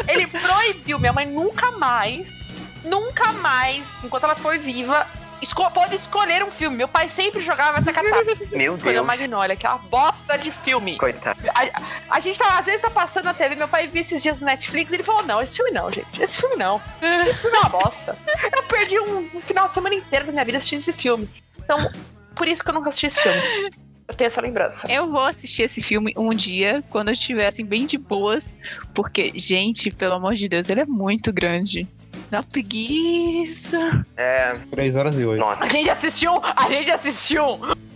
S4: ele proibiu, minha mãe nunca mais, nunca mais, enquanto ela foi viva, esco- pôde escolher um filme. Meu pai sempre jogava essa catada.
S5: Meu
S4: Escolheu
S5: Deus.
S4: Magnolia, que é uma bosta de filme.
S5: Coitado.
S4: A, a gente tá, às vezes tá passando na TV, meu pai viu esses dias no Netflix, ele falou: não, esse filme não, gente. Esse filme não. Esse filme é uma bosta. Eu perdi um, um final de semana inteiro da minha vida assistindo esse filme. Então, por isso que eu nunca assisti esse filme. Eu tenho essa lembrança.
S1: eu vou assistir esse filme um dia, quando eu estiver assim, bem de boas. Porque, gente, pelo amor de Deus, ele é muito grande. Dá uma preguiça.
S5: É,
S2: Três horas e oito.
S5: nossa.
S4: A gente assistiu, a gente assistiu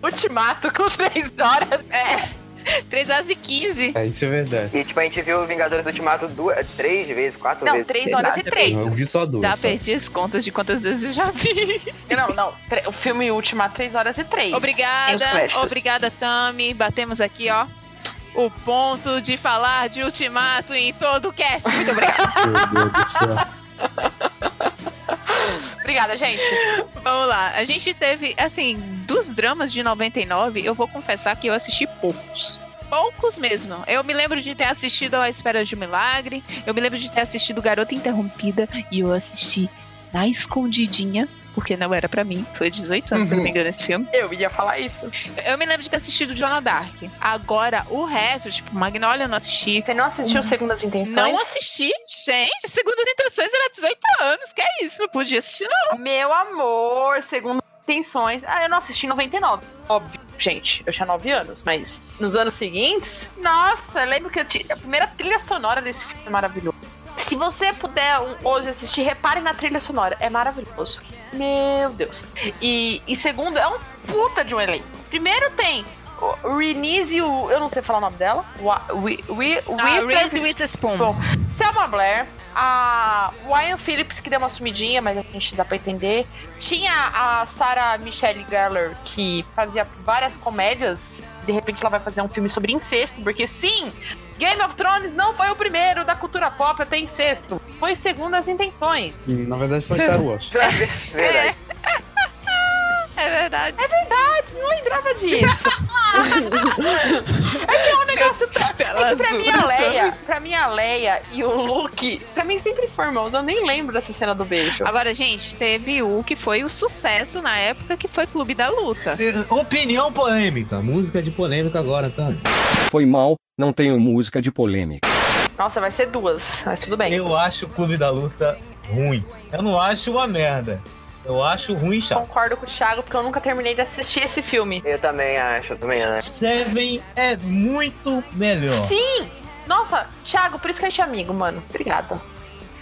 S4: Ultimato com três horas. É.
S1: 3 horas e 15.
S2: É, isso é verdade.
S5: E tipo, a gente viu Vingadores Ultimato duas, três vezes, quatro
S4: Não,
S5: vezes.
S4: três
S5: sei
S4: horas
S5: lá.
S4: e três.
S2: Eu vi só duas.
S1: Já
S2: só.
S1: perdi as contas de quantas vezes eu já vi.
S4: Não, não. tre- O filme Ultimato, três horas e três. Tem os
S1: Obrigada,
S4: créditos.
S1: obrigada, Tami. Batemos aqui, ó. O ponto de falar de ultimato em todo o cast. Muito obrigada.
S2: Meu Deus do céu.
S4: Obrigada, gente.
S1: Vamos lá. A gente teve, assim, dos dramas de 99, eu vou confessar que eu assisti poucos. Poucos mesmo. Eu me lembro de ter assistido A Espera de um Milagre. Eu me lembro de ter assistido Garota Interrompida. E eu assisti na escondidinha. Porque não era pra mim. Foi 18 anos, se eu não me engano, esse filme.
S4: Eu ia falar isso.
S1: Eu me lembro de ter assistido Joana Dark. Agora, o resto, tipo, Magnolia eu não assisti.
S4: Você não assistiu Segundas Intenções?
S1: Não assisti, gente. Segundo as intenções era 18 anos. Que é isso? Não podia assistir, não.
S4: Meu amor, segundo intenções. Ah, eu não assisti em 99. Óbvio, gente, eu tinha 9 anos, mas nos anos seguintes, nossa, eu lembro que eu tinha. A primeira trilha sonora desse filme é maravilhoso. Se você puder um- hoje assistir, repare na trilha sonora. É maravilhoso. Meu Deus. E, e segundo, é um puta de um elenco. Primeiro tem o Renise, Ah, o. Eu não sei falar o nome dela. Wa- Wi- Wi- Whitney
S1: Reese Ah, Witherspoon.
S4: Bom, Selma Blair, a Ryan Phillips, que deu uma sumidinha, mas a gente dá pra entender. Tinha a Sarah Michelle Gellar, que fazia várias comédias. De repente ela vai fazer um filme sobre incesto, porque sim, Game of Thrones não foi o primeiro da cultura pop até incesto. Foi segundo as intenções.
S11: Na verdade, foi Star Wars.
S12: Verdade.
S1: É verdade.
S4: É verdade, não lembrava disso. é que é um negócio. Pra, é que pra mim, a Leia, pra mim, a Leia e o Luke, pra mim sempre foi irmãos. Eu nem lembro dessa cena do beijo.
S1: Agora, gente, teve o que foi o sucesso na época, que foi Clube da Luta.
S7: Opinião polêmica. Música de polêmica agora, tá?
S8: Foi mal, não tenho música de polêmica.
S4: Nossa, vai ser duas, mas tudo bem.
S7: Eu acho o Clube da Luta ruim. Eu não acho uma merda. Eu acho ruim, chato.
S4: Concordo com o Thiago, porque eu nunca terminei de assistir esse filme.
S5: Eu também acho, eu também né? acho.
S7: Seven é muito melhor.
S4: Sim! Nossa, Thiago, por isso que a gente é amigo, mano. Obrigada.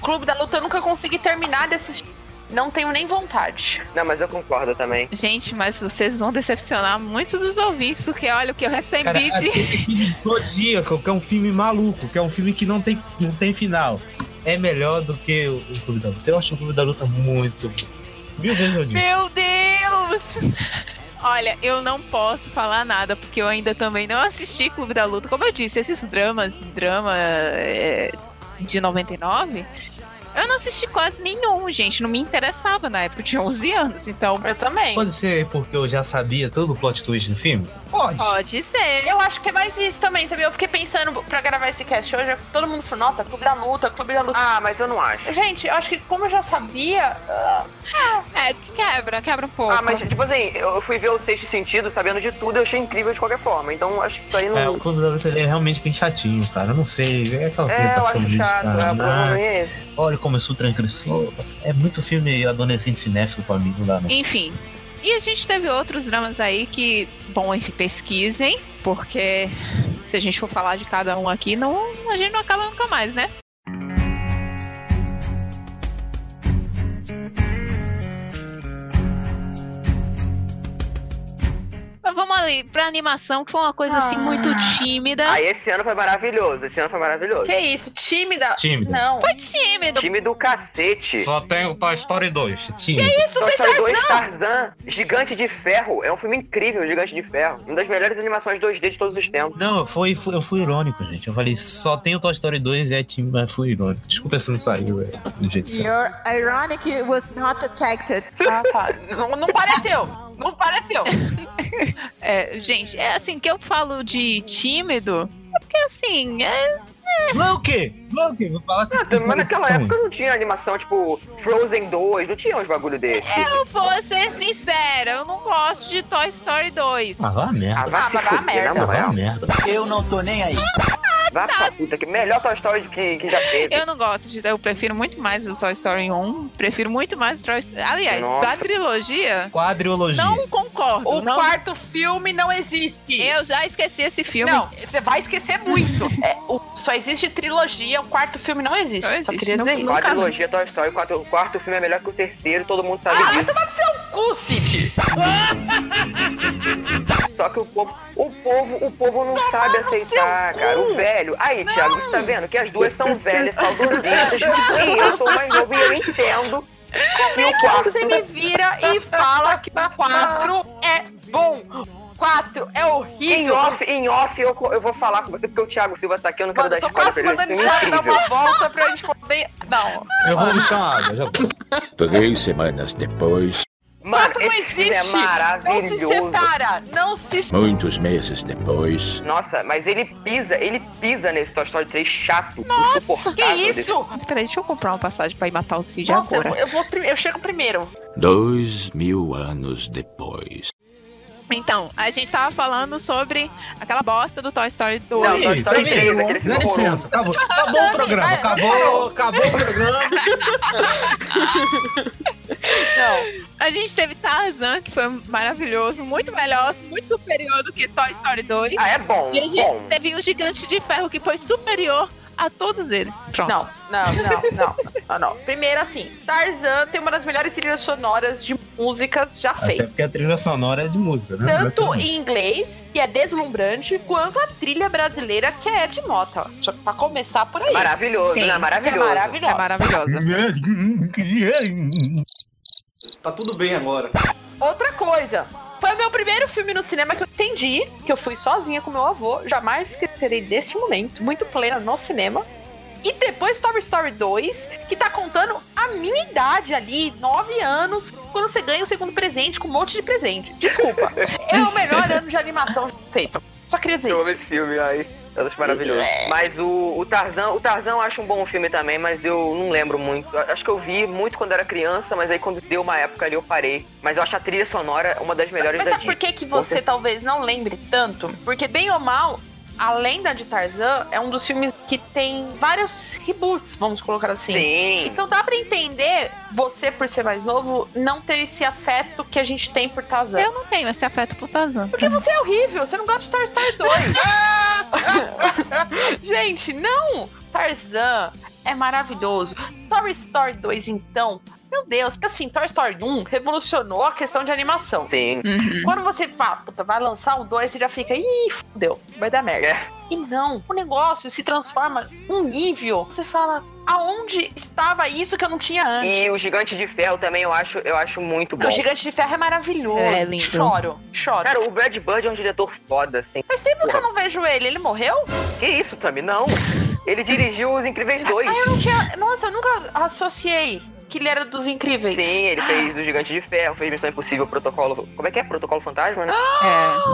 S4: Clube da Luta eu nunca consegui terminar de assistir. Não tenho nem vontade.
S5: Não, mas eu concordo também.
S1: Gente, mas vocês vão decepcionar muitos dos ouvintes, porque olha o que eu recebi
S7: Cara,
S1: de.
S7: aquele Zodíaco, que é um filme maluco, que é um filme que não tem, não tem final. É melhor do que o, o Clube da Luta. Eu acho o Clube da Luta muito bom. Mil vezes eu digo.
S1: Meu Deus! Olha, eu não posso falar nada, porque eu ainda também não assisti Clube da Luta. Como eu disse, esses dramas, drama é, de 99, eu não assisti quase nenhum, gente. Não me interessava na época, eu tinha 11 anos, então
S4: Eu também.
S7: Pode ser porque eu já sabia todo o plot twist do filme? Pode.
S1: pode ser.
S4: Eu acho que é mais isso também, sabe? Eu fiquei pensando pra gravar esse cast hoje, todo mundo falou, nossa, clube da luta, clube da luta.
S5: Ah, mas eu não acho.
S4: Gente, eu acho que como eu já sabia, ah,
S1: É, quebra, quebra um pouco.
S5: Ah, mas tipo assim, eu fui ver o Sexto Sentido sabendo de tudo, eu achei incrível de qualquer forma. Então acho que isso aí não.
S7: É, o Clube da Luta ele é realmente bem chatinho, cara. Eu não sei. É aquela
S5: É, eu
S7: preocupação
S5: acho
S7: de
S5: chato. É, o problema
S7: cara.
S5: é esse.
S7: né? Olha como eu sou transgressor. É muito filme adolescente cinéfilo pra mim, não dá não.
S1: Enfim. E a gente teve outros dramas aí que, bom, enfim, pesquisem, porque se a gente for falar de cada um aqui, não, a gente não acaba nunca mais, né? Mas Então, vamos ali pra animação, que foi uma coisa assim muito
S5: Ah.
S1: tímida.
S5: Aí esse ano foi maravilhoso. Esse ano foi maravilhoso.
S4: Ah. que é isso, tímida.
S7: Tímida.
S4: Não.
S1: Foi tímido.
S5: Time do cacete.
S7: Só tem o Toy Story 2. Tinha.
S4: Isso,
S5: Toy
S4: foi
S5: Story
S4: Tarzan.
S5: 2 Tarzan, Gigante de Ferro. É um filme incrível, Gigante de Ferro. Uma das melhores animações 2D de todos os tempos.
S7: Não, foi, foi- eu fui irônico, gente. Eu falei, só tem o Toy Story 2 e é time, mas fui irônico. Desculpa se não saiu é, do jeito certo.
S1: Your ironic was not detected.
S4: Ah, tá. Não, não pareceu. Não pareceu.
S1: É, gente, é assim que eu falo de tímido, é porque assim, é,
S7: Loki! Loki! Vou falar com
S5: Também, Mas naquela
S7: Então,
S5: época não tinha animação tipo Frozen 2, não tinha uns bagulho desse.
S1: é,
S4: É,
S1: eu vou ser sincera, eu não gosto de Toy Story 2.
S7: Ah, vá
S5: Ah,
S7: merda.
S5: vai
S4: Ah,
S5: se
S4: mas vai a
S5: fuder,
S4: merda.
S7: Ah,
S5: na
S7: vá
S5: moral.
S7: merda.
S13: Eu não tô nem aí.
S5: Vai pra puta, que melhor Toy Story que, que já teve.
S1: Eu não gosto de. Eu prefiro muito mais o Toy Story 1. Prefiro muito mais o Toy Story. Aliás,
S5: Nossa.
S1: da trilogia,
S7: Quadriologia.
S1: não concordo.
S4: O
S1: não-
S4: quarto filme não existe.
S1: Eu já esqueci esse filme.
S4: Não, você vai esquecer muito. É, o- só existe trilogia, o quarto filme não existe.
S1: Não
S4: só
S1: existe,
S4: queria
S1: não-
S4: dizer
S1: não-
S4: isso.
S5: Quadrilogia Toy Story, quatro- o quarto filme é melhor que o terceiro, todo mundo sabe
S4: Ah, vai
S5: disso.
S4: tomar no seu cu, Cid.
S5: Só que o povo, o povo, o povo não sabe aceitar,
S4: seu
S5: cara.
S4: cu.
S5: O velho. Aí, Thiago, você tá vendo que as duas são velhas, saudosistas, e eu sou mais novo e eu entendo. E o quarto.
S4: é Você me vira e fala que o quatro é bom. O Quatro é
S5: Em
S4: horrível.
S5: off, em off eu, eu vou falar com você, porque o Thiago Silva tá aqui, eu não quero
S4: Mano,
S5: dar
S4: eu tô
S5: spoiler
S4: quase
S5: pra ele. Esse filme
S4: mandando o
S5: é
S4: Thiago dar
S5: incrível.
S4: uma volta pra gente poder. Não.
S7: Eu vou buscar uma água, já vou.
S6: Três semanas depois,
S5: Mano,
S4: Isso não
S5: esse
S4: existe.
S5: filme é
S4: não se
S5: maravilhoso.
S4: separa. Não se
S6: muitos meses depois,
S5: Nossa, mas ele pisa, ele pisa nesse Toy Story 3 chato, insuportável.
S4: Que
S5: desse-
S4: isso?
S1: Mas peraí, deixa eu comprar uma passagem pra ir matar o Cid
S4: Nossa, eu,
S1: agora.
S4: vou- eu vou, pri- eu chego primeiro.
S6: dois mil anos depois.
S1: Então, a gente tava falando sobre aquela bosta do Toy Story 2.
S5: Não, Toy Story
S7: Sim,
S5: 3,
S7: sim.
S5: aquele filme
S7: Tá Dá
S5: horroroso.
S7: licença, tá acabou. Acabou o programa,
S4: Vai,
S7: acabou, acabou o programa.
S1: A gente teve Tarzan, que foi maravilhoso, muito melhor, muito superior do que Toy Story 2.
S5: Ah, é bom,
S1: E a gente
S5: bom.
S1: teve o Gigante de Ferro, que foi superior a todos eles. Pronto.
S4: Não, não, não, não, não, não. Primeiro, assim, Tarzan tem uma das melhores trilhas sonoras de músicas já
S14: Até
S4: feitas.
S14: porque a trilha sonora é de música, né?
S7: um-
S4: Tanto em inglês, que é deslumbrante, quanto a trilha brasileira, que é de mota. Só que pra começar por aí.
S5: Maravilhoso, né?
S4: que
S5: Maravilhoso.
S4: É maravilhoso.
S5: É maravilhosa.
S1: Uhum.
S15: Tá tudo bem agora.
S4: Outra coisa. Foi o meu primeiro filme no cinema que eu entendi, que eu fui sozinha com meu avô. Jamais esquecerei deste momento, muito plena no cinema. E depois Toy Story 2, que tá contando a minha idade ali, 9 anos, quando você ganha o segundo presente com um monte de presente. Desculpa. é o melhor ano de animação feito. Só queria dizer
S5: Eu amo
S4: isso.
S5: esse filme aí. Eu acho maravilhoso.
S4: É.
S5: Mas o, o Tarzan, o Tarzan eu acho um bom filme também, mas eu não lembro muito. Eu Acho que eu vi muito quando era criança, mas aí quando deu uma época ali eu parei. Mas eu acho a trilha sonora uma das melhores
S4: Mas
S5: da
S4: sabe
S5: Disney.
S4: por que, que
S5: Com
S4: você
S5: certeza.
S4: talvez não lembre tanto? Porque, bem ou mal, a Lenda de Tarzan é um dos filmes que tem vários reboots, vamos colocar assim.
S5: Sim.
S4: Então dá pra entender você, por ser mais novo, não ter esse afeto que a gente tem por Tarzan.
S1: Eu não tenho esse afeto por Tarzan.
S4: Porque você é horrível, você não gosta de Toy Story 2. Gente, não! Tarzan é maravilhoso. Toy Story 2, então, meu Deus, porque assim, Toy Story 1 revolucionou a questão de animação.
S5: Sim.
S4: Quando você fala, puta, vai lançar o 2, você já fica, ih, fudeu, vai dar merda. E não, o negócio se transforma num nível. Você fala, aonde estava isso que eu não tinha antes?
S5: E o Gigante de Ferro também eu acho, eu acho muito bom.
S4: O Gigante de Ferro é maravilhoso.
S5: É, lindo.
S4: Choro, choro.
S5: Cara, o Brad Bird é um diretor foda, assim.
S4: Faz tempo que eu não vejo ele. Ele morreu?
S5: Que isso, Tami? Não. Ele dirigiu Os Incríveis 2.
S4: Ah, eu não tinha. Nossa, eu nunca associei que ele era dos incríveis.
S5: Sim, ele fez o Gigante de Ferro, fez Missão Impossível, Protocolo... Como é que é? Protocolo Fantasma,
S1: Ah,
S5: né? É.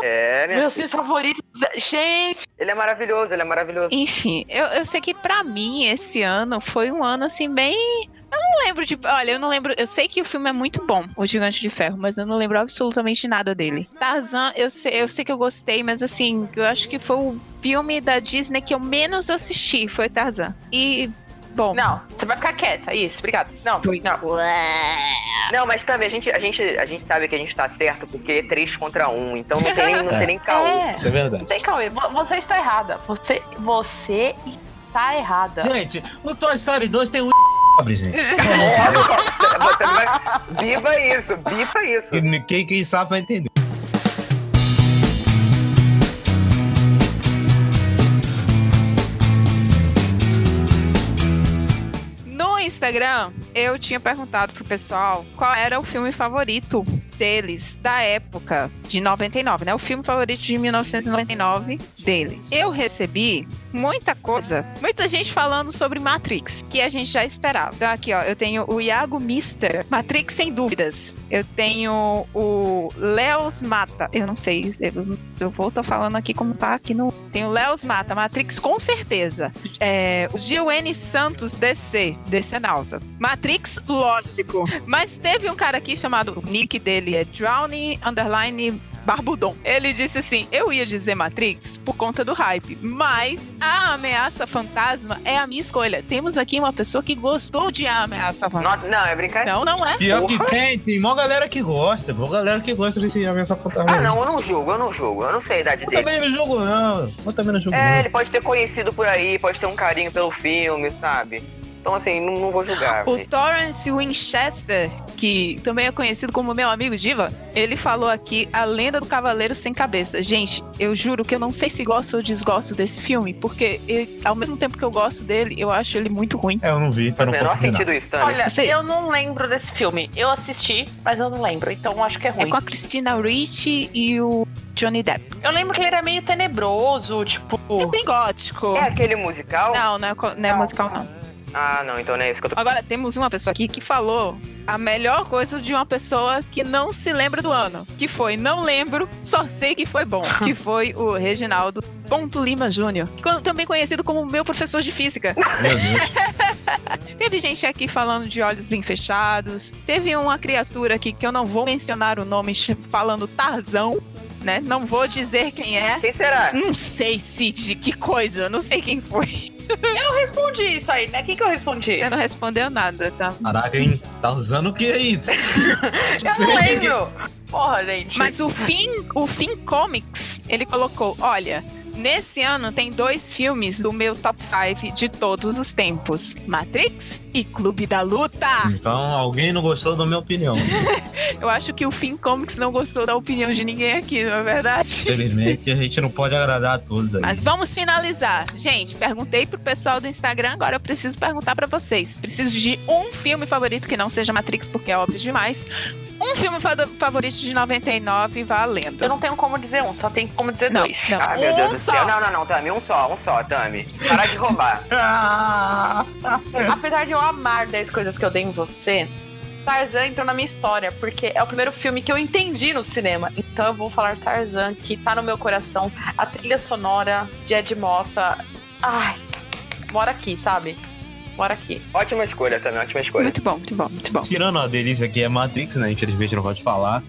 S5: É, né?
S4: Meus filmes favoritos. Gente!
S5: Ele é maravilhoso, ele é maravilhoso.
S1: Enfim, eu, eu sei que pra mim esse ano foi um ano assim bem. Eu não lembro de. Olha, eu não lembro. Eu sei que o filme é muito bom, O Gigante de Ferro, mas eu não lembro absolutamente nada dele. Tarzan, eu sei, eu sei que eu gostei, mas assim, eu acho que foi o filme da Disney que eu menos assisti, foi Tarzan. E. Bom.
S4: Não, você vai ficar quieta. Isso, obrigado. Não, não.
S5: Não, mas também a gente, a, gente, a gente sabe que a gente tá certo porque é 3 contra 1, então não tem nem, não tem nem caô.
S4: É.
S7: Isso é verdade.
S4: Não tem Cauê. Vo- Você está errada. Você, você está errada.
S7: Gente, o Toy Story 2 tem um pobre, gente.
S5: Bipa isso, bipa isso.
S7: Quem, quem sabe vai entender.
S1: No Instagram, eu tinha perguntado pro pessoal qual era o filme favorito deles da época de 99, né? O filme favorito de 1999 dele. Eu recebi muita coisa, muita gente falando sobre Matrix, que a gente já esperava. Então aqui, ó, eu tenho o Iago Mister, Matrix sem dúvidas. Eu tenho o Leos Mata, eu não sei, eu, eu vou tô falando aqui como tá aqui no... Tem o Leos Mata, Matrix com certeza. É, o Gil N. Santos DC, DC Nauta. Matrix, lógico. Mas teve um cara aqui chamado, o nick dele é Drowning Underline Barbudon. Ele disse assim: Eu ia dizer Matrix por conta do hype, mas a ameaça fantasma é a minha escolha. Temos aqui uma pessoa que gostou de a ameaça fantasma.
S5: Não, é brincadeira.
S1: Não, não é.
S7: Pior que
S1: Porra.
S7: tem, tem mó galera que gosta. Mó galera que gosta desse ameaça fantasma.
S5: Ah, não, eu não julgo, eu não julgo. Eu não sei a idade
S7: Eu
S5: dele.
S7: também não julgo, não. Eu também não julgo,
S5: É,
S7: não.
S5: ele pode ter conhecido por aí, pode ter um carinho pelo filme, sabe? Então, assim, não, não vou julgar.
S1: O
S5: velho.
S1: Torrance Winchester, que também é conhecido como meu amigo Diva, ele falou aqui a lenda do Cavaleiro Sem Cabeça. Gente, eu juro que eu não sei se gosto ou desgosto desse filme, porque eu- ao mesmo tempo que eu gosto dele, eu acho ele muito ruim.
S7: É, eu não vi, então não posso opinar.
S4: Olha, eu não lembro desse filme. Eu assisti, mas eu não lembro. Então acho que é
S1: É
S4: ruim.
S1: com a Christina Ricci e o Johnny Depp.
S4: Eu lembro que ele era meio tenebroso, tipo.
S1: É bem gótico.
S5: É aquele musical?
S1: Não, não é, co- não é musical, não.
S5: Ah, não, então não é isso que eu tô
S1: Agora, temos uma pessoa aqui que falou a melhor coisa de uma pessoa que não se lembra do ano. Que foi, não lembro, só sei que foi bom. Que foi o Reginaldo Ponto Lima Júnior. co- Também conhecido como meu professor de física. Teve gente aqui falando de olhos bem fechados. Teve uma criatura aqui que eu não vou mencionar o nome, ch- falando Tarzão. Né? Não vou dizer quem é.
S5: Quem será?
S1: Não sei, Cid, que coisa. Não sei quem foi.
S4: Eu respondi isso aí, né? O que, que eu
S5: É
S4: respondi?
S1: Você não respondeu nada, tá?
S7: Caraca, hein? Tá usando o que aí?
S1: Eu não lembro.
S4: Porra, gente.
S1: Mas o fim, o fim comics, ele colocou, olha, Nesse ano tem dois filmes do meu top 5 de todos os tempos: Matrix e Clube da Luta.
S7: Então alguém não gostou da minha opinião.
S1: Eu acho que o Fim Comics não gostou da opinião de ninguém aqui, não é verdade?
S7: Infelizmente a gente não pode agradar a todos aí.
S1: Mas vamos finalizar. Gente, perguntei pro pessoal do Instagram, agora eu preciso perguntar pra vocês. Preciso de um filme favorito que não seja Matrix, porque é óbvio demais. Um filme fa- favorito de 99 valendo.
S4: Eu não tenho como dizer um, só tem como dizer
S1: Não,
S4: dois.
S1: não.
S4: Ah,
S1: Um
S4: meu Deus do
S1: só.
S4: céu.
S5: Não, não, não, Tami, um só, um só, Tami. Para de roubar.
S1: É.
S4: Apesar de eu amar 10 coisas que eu dei em você, Tarzan entrou na minha história, porque é o primeiro filme que eu entendi no cinema. Então eu vou falar Tarzan, que tá no meu coração. A trilha sonora de Ed Mota. Ai, mora aqui, sabe? Mora aqui.
S5: Ótima escolha, Tami, ótima escolha.
S1: Muito bom, muito bom, muito bom.
S7: Tirando a delícia que é Matrix, né? Infelizmente não pode falar.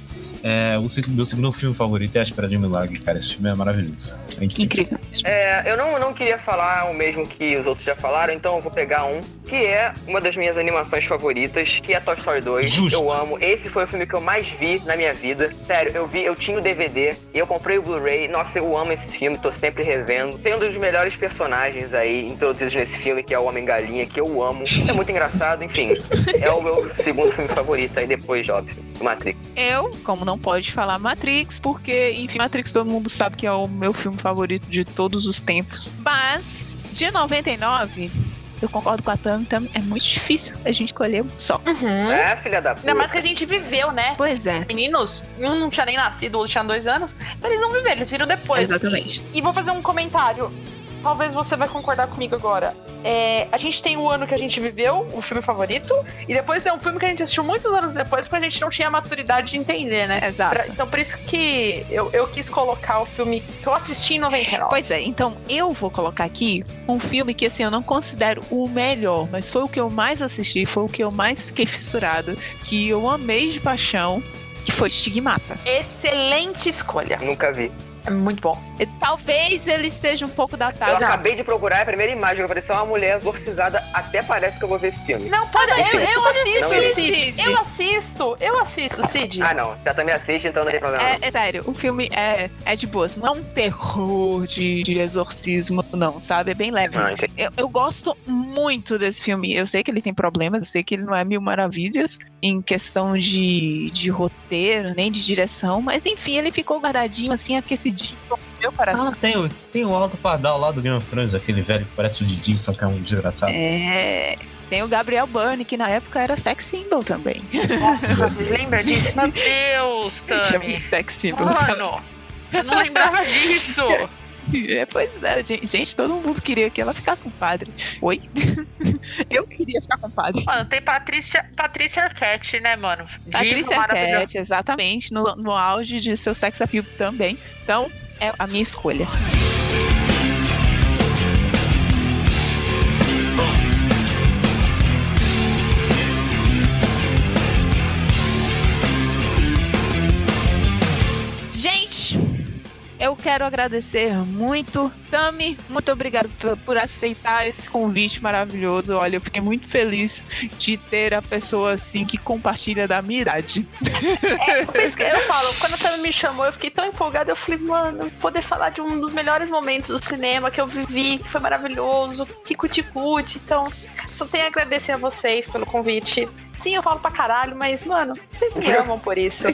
S7: É, o seg- meu segundo filme favorito é A Espera de um Milagre, cara. Esse filme é maravilhoso. É incrível.
S5: É, eu não, não queria falar o mesmo que os outros já falaram, então eu vou pegar um, que é uma das minhas animações favoritas, que é Toy Story 2.
S7: Justo.
S5: Eu amo. Esse foi o filme que eu mais vi na minha vida. Sério, eu vi, eu tinha o DVD, e eu comprei o Blu-ray. Nossa, eu amo esse filme, tô sempre revendo. Tem um dos melhores personagens aí introduzidos nesse filme, que é o Homem-Galinha, que eu amo. É muito engraçado, enfim. É o meu segundo filme favorito aí depois, óbvio, do Matrix.
S1: Eu, como não pode falar Matrix, porque, enfim, Matrix todo mundo sabe que é o meu filme favorito de todos os tempos. Mas, de 99, eu concordo com a Tam, Tam é muito difícil a gente escolher um só.
S4: Hum?
S5: É, filha da puta.
S4: Ainda mais que a gente viveu, né?
S1: Pois é.
S4: Meninos, um não tinha nem nascido, o outro tinha dois anos. Então eles não viveram, eles viram depois.
S1: Exatamente.
S4: E vou fazer um comentário. Talvez você vai concordar comigo agora. É, a gente tem o ano que a gente viveu, o filme favorito, e depois tem um filme que a gente assistiu muitos anos depois, porque a gente não tinha a maturidade de entender, né?
S1: Exato.
S4: Pra- então por isso que eu, eu quis colocar o filme que eu assisti em 99.
S1: Pois é, então eu vou colocar aqui um filme que assim eu não considero o melhor, mas foi o que eu mais assisti, foi o que eu mais fiquei fissurada, que eu amei de paixão, que foi Estigmata.
S4: Excelente escolha.
S5: Nunca vi.
S4: É muito bom.
S1: E Talvez ele esteja um pouco
S5: Eu
S1: datado.
S5: acabei de procurar a primeira imagem, apareceu uma mulher exorcizada, até parece que eu vou ver esse filme.
S4: Não, para, eu, eu assisto,
S5: Não,
S4: Cid. Eu assisto, eu assisto, Cid.
S5: Ah, não. Já também assiste, então não tem problema. não.
S1: É, é sério, o filme é, é de boas. Não é um terror de, de exorcismo, não, sabe? É bem leve.
S5: Ah, entendi.
S1: eu, eu gosto muito desse filme. Eu sei que ele tem problemas, eu sei que ele não é mil maravilhas em questão de, de roteiro, nem de direção, mas enfim, ele ficou guardadinho, assim, aquecidinho no meu coração.
S7: Ah, tem, o- tem o Alto Pardal lá do Game of Thrones, aquele velho que parece o Didi, só que é um desgraçado.
S1: É. Tem o Gabriel Byrne, que na época era sex symbol também.
S4: Nossa, vocês lembram disso? né? Meu Deus,
S1: Tinha
S4: Tami.
S1: muito sex symbol.
S4: Ah. Mano, eu não lembrava disso.
S1: É, pois é, gente, gente, todo mundo queria que ela ficasse com o padre. Oi? Eu queria ficar com o padre.
S4: Mano, tem Patrícia, Patrícia Arquette, né, mano? Diva
S1: Patrícia
S4: maravilhosa.
S1: Arquette, exatamente, no, no auge de seu sex appeal também. Então, é a minha escolha. Gente, eu quero agradecer muito. Tami, muito obrigado p- por aceitar esse convite maravilhoso. Olha, eu fiquei muito feliz de ter a pessoa assim que compartilha da minha idade.
S4: É, por isso que eu falo, quando a Tami me chamou, eu fiquei tão empolgada. Eu falei, mano, poder falar de um dos melhores momentos do cinema que eu vivi, que foi maravilhoso, que cuticute. Então, só tenho a agradecer a vocês pelo convite. Sim, eu falo pra caralho, mas, mano, vocês me amam por isso.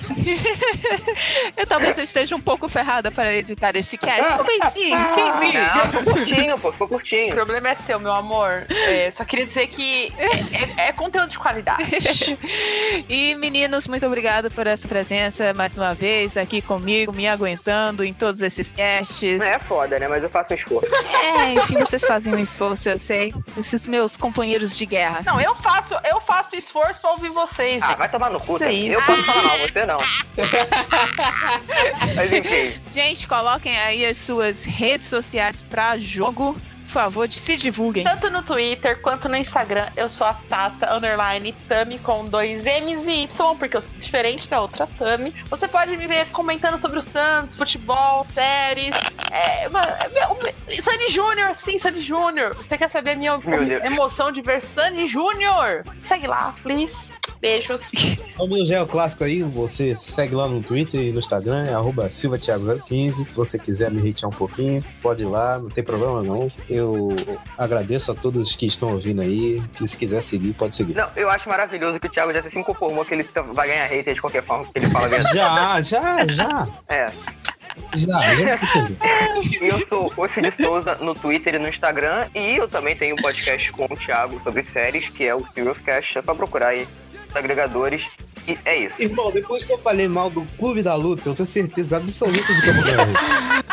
S1: Eu talvez eu esteja um pouco ferrada para editar este cast. Talvez sim, quem liga?
S5: Não, ficou curtinho, pô, ficou curtinho.
S4: O problema é seu, meu amor. É, só queria dizer que é- é- é conteúdo de qualidade.
S1: E meninos, muito obrigado por essa presença mais uma vez aqui comigo, me aguentando em todos esses casts.
S5: É foda, né? Mas eu faço um esforço.
S1: É, enfim, vocês fazem um esforço, eu sei. Esses meus companheiros de guerra.
S4: Não, eu faço, eu faço esforço pra ouvir vocês,
S5: Ah,
S4: gente.
S5: vai tomar no cu,
S4: Isso é
S5: tá?
S4: isso.
S5: Eu posso falar mal, você não. Mas enfim,
S1: Gente, coloquem aí as suas redes sociais pra jogo. Por favor, de- se divulguem.
S4: Tanto no Twitter quanto no Instagram, eu sou a Tata Underline Tami com dois M's e Y, porque eu sou diferente da outra Tami. Você pode me ver comentando sobre o Santos, futebol, séries. É, mano, é meu- meu- Sandy Júnior, sim, Sandy Júnior. Você quer saber a minha
S5: Meu Deus.
S4: emoção de ver Sandy Júnior? Segue lá, please. Beijos.
S7: Como já é o clássico aí, você segue lá no Twitter e no Instagram, é arroba silvatiago015. Se você quiser me hatear um pouquinho, pode ir lá, não tem problema não. Eu agradeço a todos que estão ouvindo aí. E se quiser seguir, pode seguir.
S5: Não, eu acho maravilhoso que o Thiago já se conformou que ele vai ganhar hater de qualquer forma que ele fala. ganha.
S7: Já, já, já.
S5: É.
S7: Já, já.
S5: E eu sou o Cid Souza no Twitter e no Instagram. E eu também tenho um podcast com o Thiago sobre séries, que é o Serious Cast. É só procurar aí nos agregadores. E é isso.
S7: Irmão, depois que eu falei mal do Clube da Luta, eu tenho certeza absoluta de que eu vou ganhar.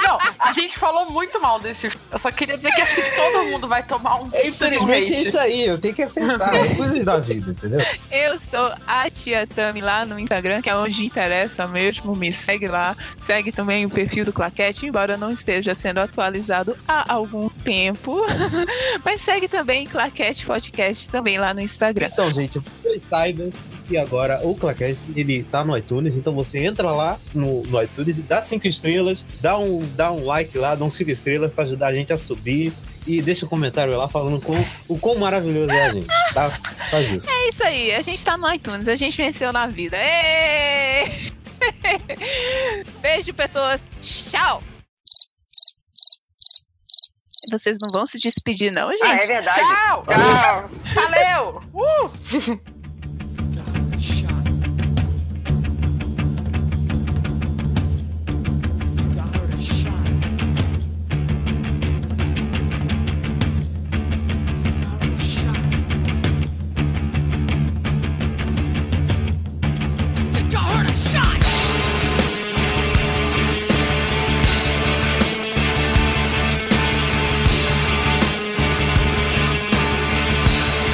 S4: Não, a gente falou muito mal desse filme. Eu só queria dizer que acho que todo mundo vai tomar um.
S7: Infelizmente é isso aí, eu tenho que aceitar. é Coisas da vida, entendeu?
S1: Eu sou a Tia Tami lá no Instagram, que é onde interessa mesmo. Me segue lá. Segue também o perfil do Claquete, embora não esteja sendo atualizado há algum tempo. Mas segue também Claquete Podcast também lá no Instagram.
S7: Então, gente, vocês saibam que agora o Claquete, ele tá no iTunes, então você entra lá no, no iTunes, dá cinco estrelas, dá um, dá um like lá, dá um cinco estrelas pra ajudar a gente a subir. E deixa um comentário lá falando quão- o quão maravilhoso é a gente. Tá? Faz isso.
S1: É isso aí, a gente tá no iTunes, a gente venceu na vida. Ê! Beijo, pessoas. Tchau! Vocês não vão se despedir, não, gente?
S5: Ah, é verdade.
S4: Tchau!
S5: Tchau!
S4: Valeu! Uh!
S16: think I heard a shot.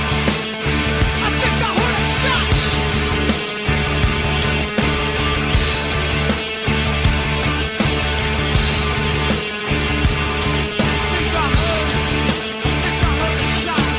S16: I think I heard a shot. Think I heard- think I heard a shot.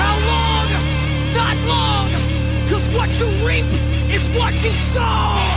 S16: How long? Not long. Cause what you reap is what you sow.